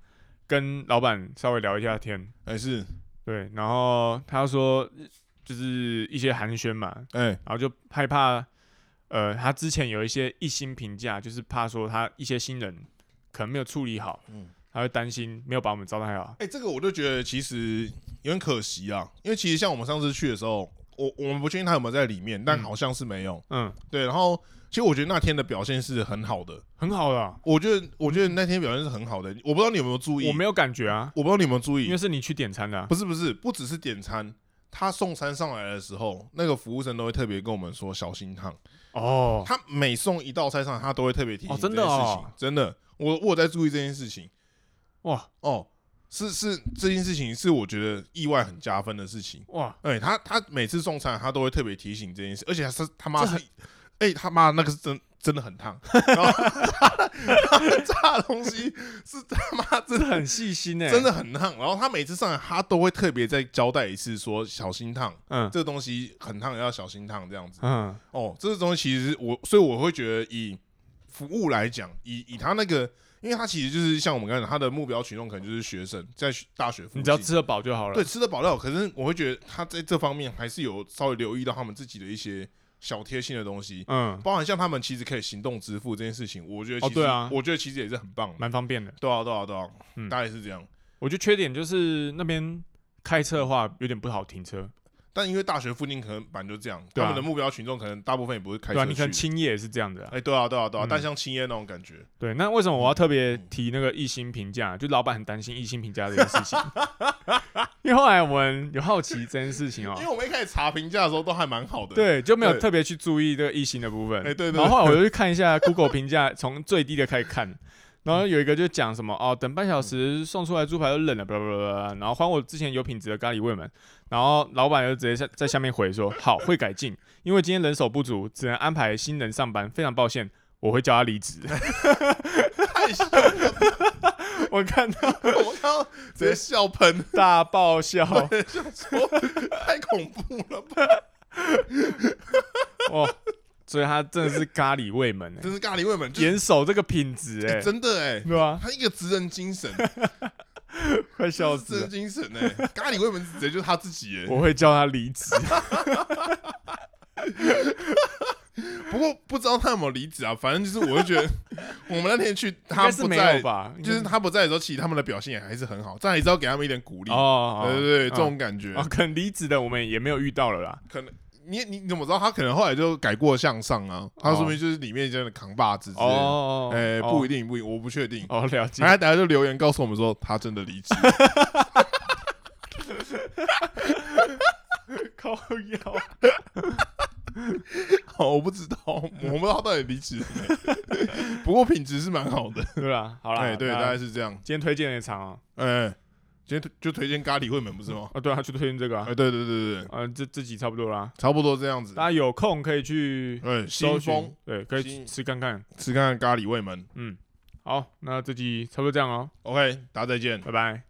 Speaker 2: 跟老板稍微聊一下天，
Speaker 1: [laughs] 还是
Speaker 2: 对，然后他说就是一些寒暄嘛，
Speaker 1: 哎、
Speaker 2: 然后就害怕，呃，他之前有一些一星评价，就是怕说他一些新人可能没有处理好，
Speaker 1: 嗯
Speaker 2: 他会担心没有把我们招待好
Speaker 1: 哎、，这个我就觉得其实有点可惜啊，因为其实像我们上次去的时候，我我们不确定他有没有在里面，但
Speaker 2: 嗯
Speaker 1: 好像是没有。
Speaker 2: 嗯，
Speaker 1: 对，然后其实我觉得那天的表现是很好的，
Speaker 2: 很好啊啦，
Speaker 1: 我觉得我觉得那天表现是很好的，我不知道你有没有注意，
Speaker 2: 我没有感觉啊，
Speaker 1: 我不知道你有没有注
Speaker 2: 因
Speaker 1: 意
Speaker 2: 为，是你去点餐的啊、
Speaker 1: 不是不是，不只是点餐。他送餐上来的时候，那个服务生都会特别跟我们说小心烫。
Speaker 2: 哦，
Speaker 1: 他每送一道菜上来，他都会特别提醒
Speaker 2: 哦
Speaker 1: 这
Speaker 2: 真
Speaker 1: 件
Speaker 2: 的
Speaker 1: 事情。
Speaker 2: 哦
Speaker 1: 真的，我我有在注意这件事情。
Speaker 2: 哇
Speaker 1: 哦，是是，这件事情是我觉得意外很加分的事情。
Speaker 2: 哇，
Speaker 1: 哎、他他每次送餐，他都会特别提醒这件事，而且他是他妈
Speaker 2: 这
Speaker 1: 是
Speaker 2: 很，
Speaker 1: 哎、他妈那个是真真的很
Speaker 2: [laughs]
Speaker 1: 烫，然后他的 [laughs] 炸的东西是他妈真的
Speaker 2: 这很细心哎、
Speaker 1: 真的，很烫，然后他每次上来，他都会特别再交代一次，说小心烫，
Speaker 2: 嗯
Speaker 1: 这个东西很烫，要小心烫这样子。
Speaker 2: 嗯，
Speaker 1: 哦，这个东西其实我，所以我会觉得以服务来讲，以以他那个，因为他其实就是像我们刚才讲，他的目标群众可能就是学生，在学大学附近，
Speaker 2: 你只要吃得饱就好了，
Speaker 1: 对，吃得饱料，可是我会觉得他在这方面还是有稍微留意到他们自己的一些小贴心的东西，
Speaker 2: 嗯，
Speaker 1: 包含像他们其实可以行动支付这件事情，我觉得其
Speaker 2: 哦
Speaker 1: 实、
Speaker 2: 对啊
Speaker 1: 我觉得其实也是很棒的，
Speaker 2: 蛮方便的。
Speaker 1: 对啊，对啊，对啊，
Speaker 2: 嗯
Speaker 1: 大概是这样。
Speaker 2: 我觉得缺点就是那边开车的话有点不好停车，
Speaker 1: 但因为大学附近可能本来就这样，
Speaker 2: 对啊
Speaker 1: 他们的目标群众可能大部分也不是开
Speaker 2: 对啊，
Speaker 1: 车
Speaker 2: 你可能
Speaker 1: 去的。
Speaker 2: 青叶也是这样的、啊，
Speaker 1: 哎、对啊，对啊，对啊，
Speaker 2: 嗯
Speaker 1: 但像青烟那种感觉，
Speaker 2: 对，那为什么我要特别提那个一星评价？就老板很担心一星评价这件事
Speaker 1: [laughs]
Speaker 2: 情，因为后来我们有好奇这件事情哦
Speaker 1: 因为，我们一开始查评价的时候都还蛮好的，
Speaker 2: 对，就没有
Speaker 1: 对
Speaker 2: 特别去注意这个一星的部分。
Speaker 1: 哎对对
Speaker 2: 然后后来我就去看一下 Google 评价，从最低的开始看， [laughs] 然后有一个就讲什么哦，等半小时送出来猪排都冷了，巴拉巴拉巴拉，然后还我之前有品质的咖喱味们。然后老板就直接在在下面回说，好，会改进，因为今天人手不足，只能安排新人上班，非常抱歉。我会叫他
Speaker 1: [laughs]
Speaker 2: 离职。
Speaker 1: 太笑，
Speaker 2: 我看到
Speaker 1: 我看到直接笑喷，
Speaker 2: 大爆笑，
Speaker 1: 说太恐怖了吧，
Speaker 2: 哦，所以他真的是咖喱味门、欸，
Speaker 1: 真是咖喱味们， [laughs] 就是
Speaker 2: 严守这个品质哎、
Speaker 1: 哎真的哎、
Speaker 2: 对吧、
Speaker 1: 他一个职人精神，
Speaker 2: 快 [laughs] 笑
Speaker 1: 职
Speaker 2: 死
Speaker 1: 人
Speaker 2: 了，
Speaker 1: 精神哎、咖喱味门直接就是欸他自己哎、
Speaker 2: 我会叫他离职。
Speaker 1: 不过不知道他有没有离职啊，反正就是我就觉得我们那天去
Speaker 2: 应
Speaker 1: 他
Speaker 2: 该是
Speaker 1: 不
Speaker 2: 没
Speaker 1: 在
Speaker 2: 有，吧？
Speaker 1: 就是他不在的时候，其实他们的表现也还是很好，但还是要给他们一点鼓励。
Speaker 2: 哦，哦
Speaker 1: 对对对，
Speaker 2: 嗯
Speaker 1: 这种感觉
Speaker 2: 哦，可能离职的我们也没有遇到了啦。
Speaker 1: 可能。你你怎么知道他可能后来就改过向上啊？他说明就是里面真的扛把子之类的。
Speaker 2: 哦，
Speaker 1: 哎、
Speaker 2: 哦
Speaker 1: 不一定，不一定，我不确定。
Speaker 2: 哦，了
Speaker 1: [laughs]
Speaker 2: 解
Speaker 1: 大。家大家就留言告诉我们说他真的离职，
Speaker 2: 靠腰，
Speaker 1: 哦我不知道，我不知道他到底离职了没。不过品质是蛮好的，
Speaker 2: [laughs] 对吧？好啦，
Speaker 1: 哎，对，
Speaker 2: 那
Speaker 1: 大概是这样。
Speaker 2: 今天推荐的场哦，
Speaker 1: 哎，今天推就推荐咖喱会门不是吗？
Speaker 2: 啊，对啊，就推荐这个啊
Speaker 1: 哎，，对对对对对，
Speaker 2: 呃，这这集差不多啦，
Speaker 1: 差不多这样子。
Speaker 2: 大家有空可以去
Speaker 1: 哎，
Speaker 2: 搜
Speaker 1: 新
Speaker 2: 寻
Speaker 1: 风，
Speaker 2: 对，可以
Speaker 1: 新
Speaker 2: 去吃看看。
Speaker 1: 吃看看咖喱味门
Speaker 2: 好，那这集差不多这样哦，
Speaker 1: ，OK，大家再见。
Speaker 2: 拜拜。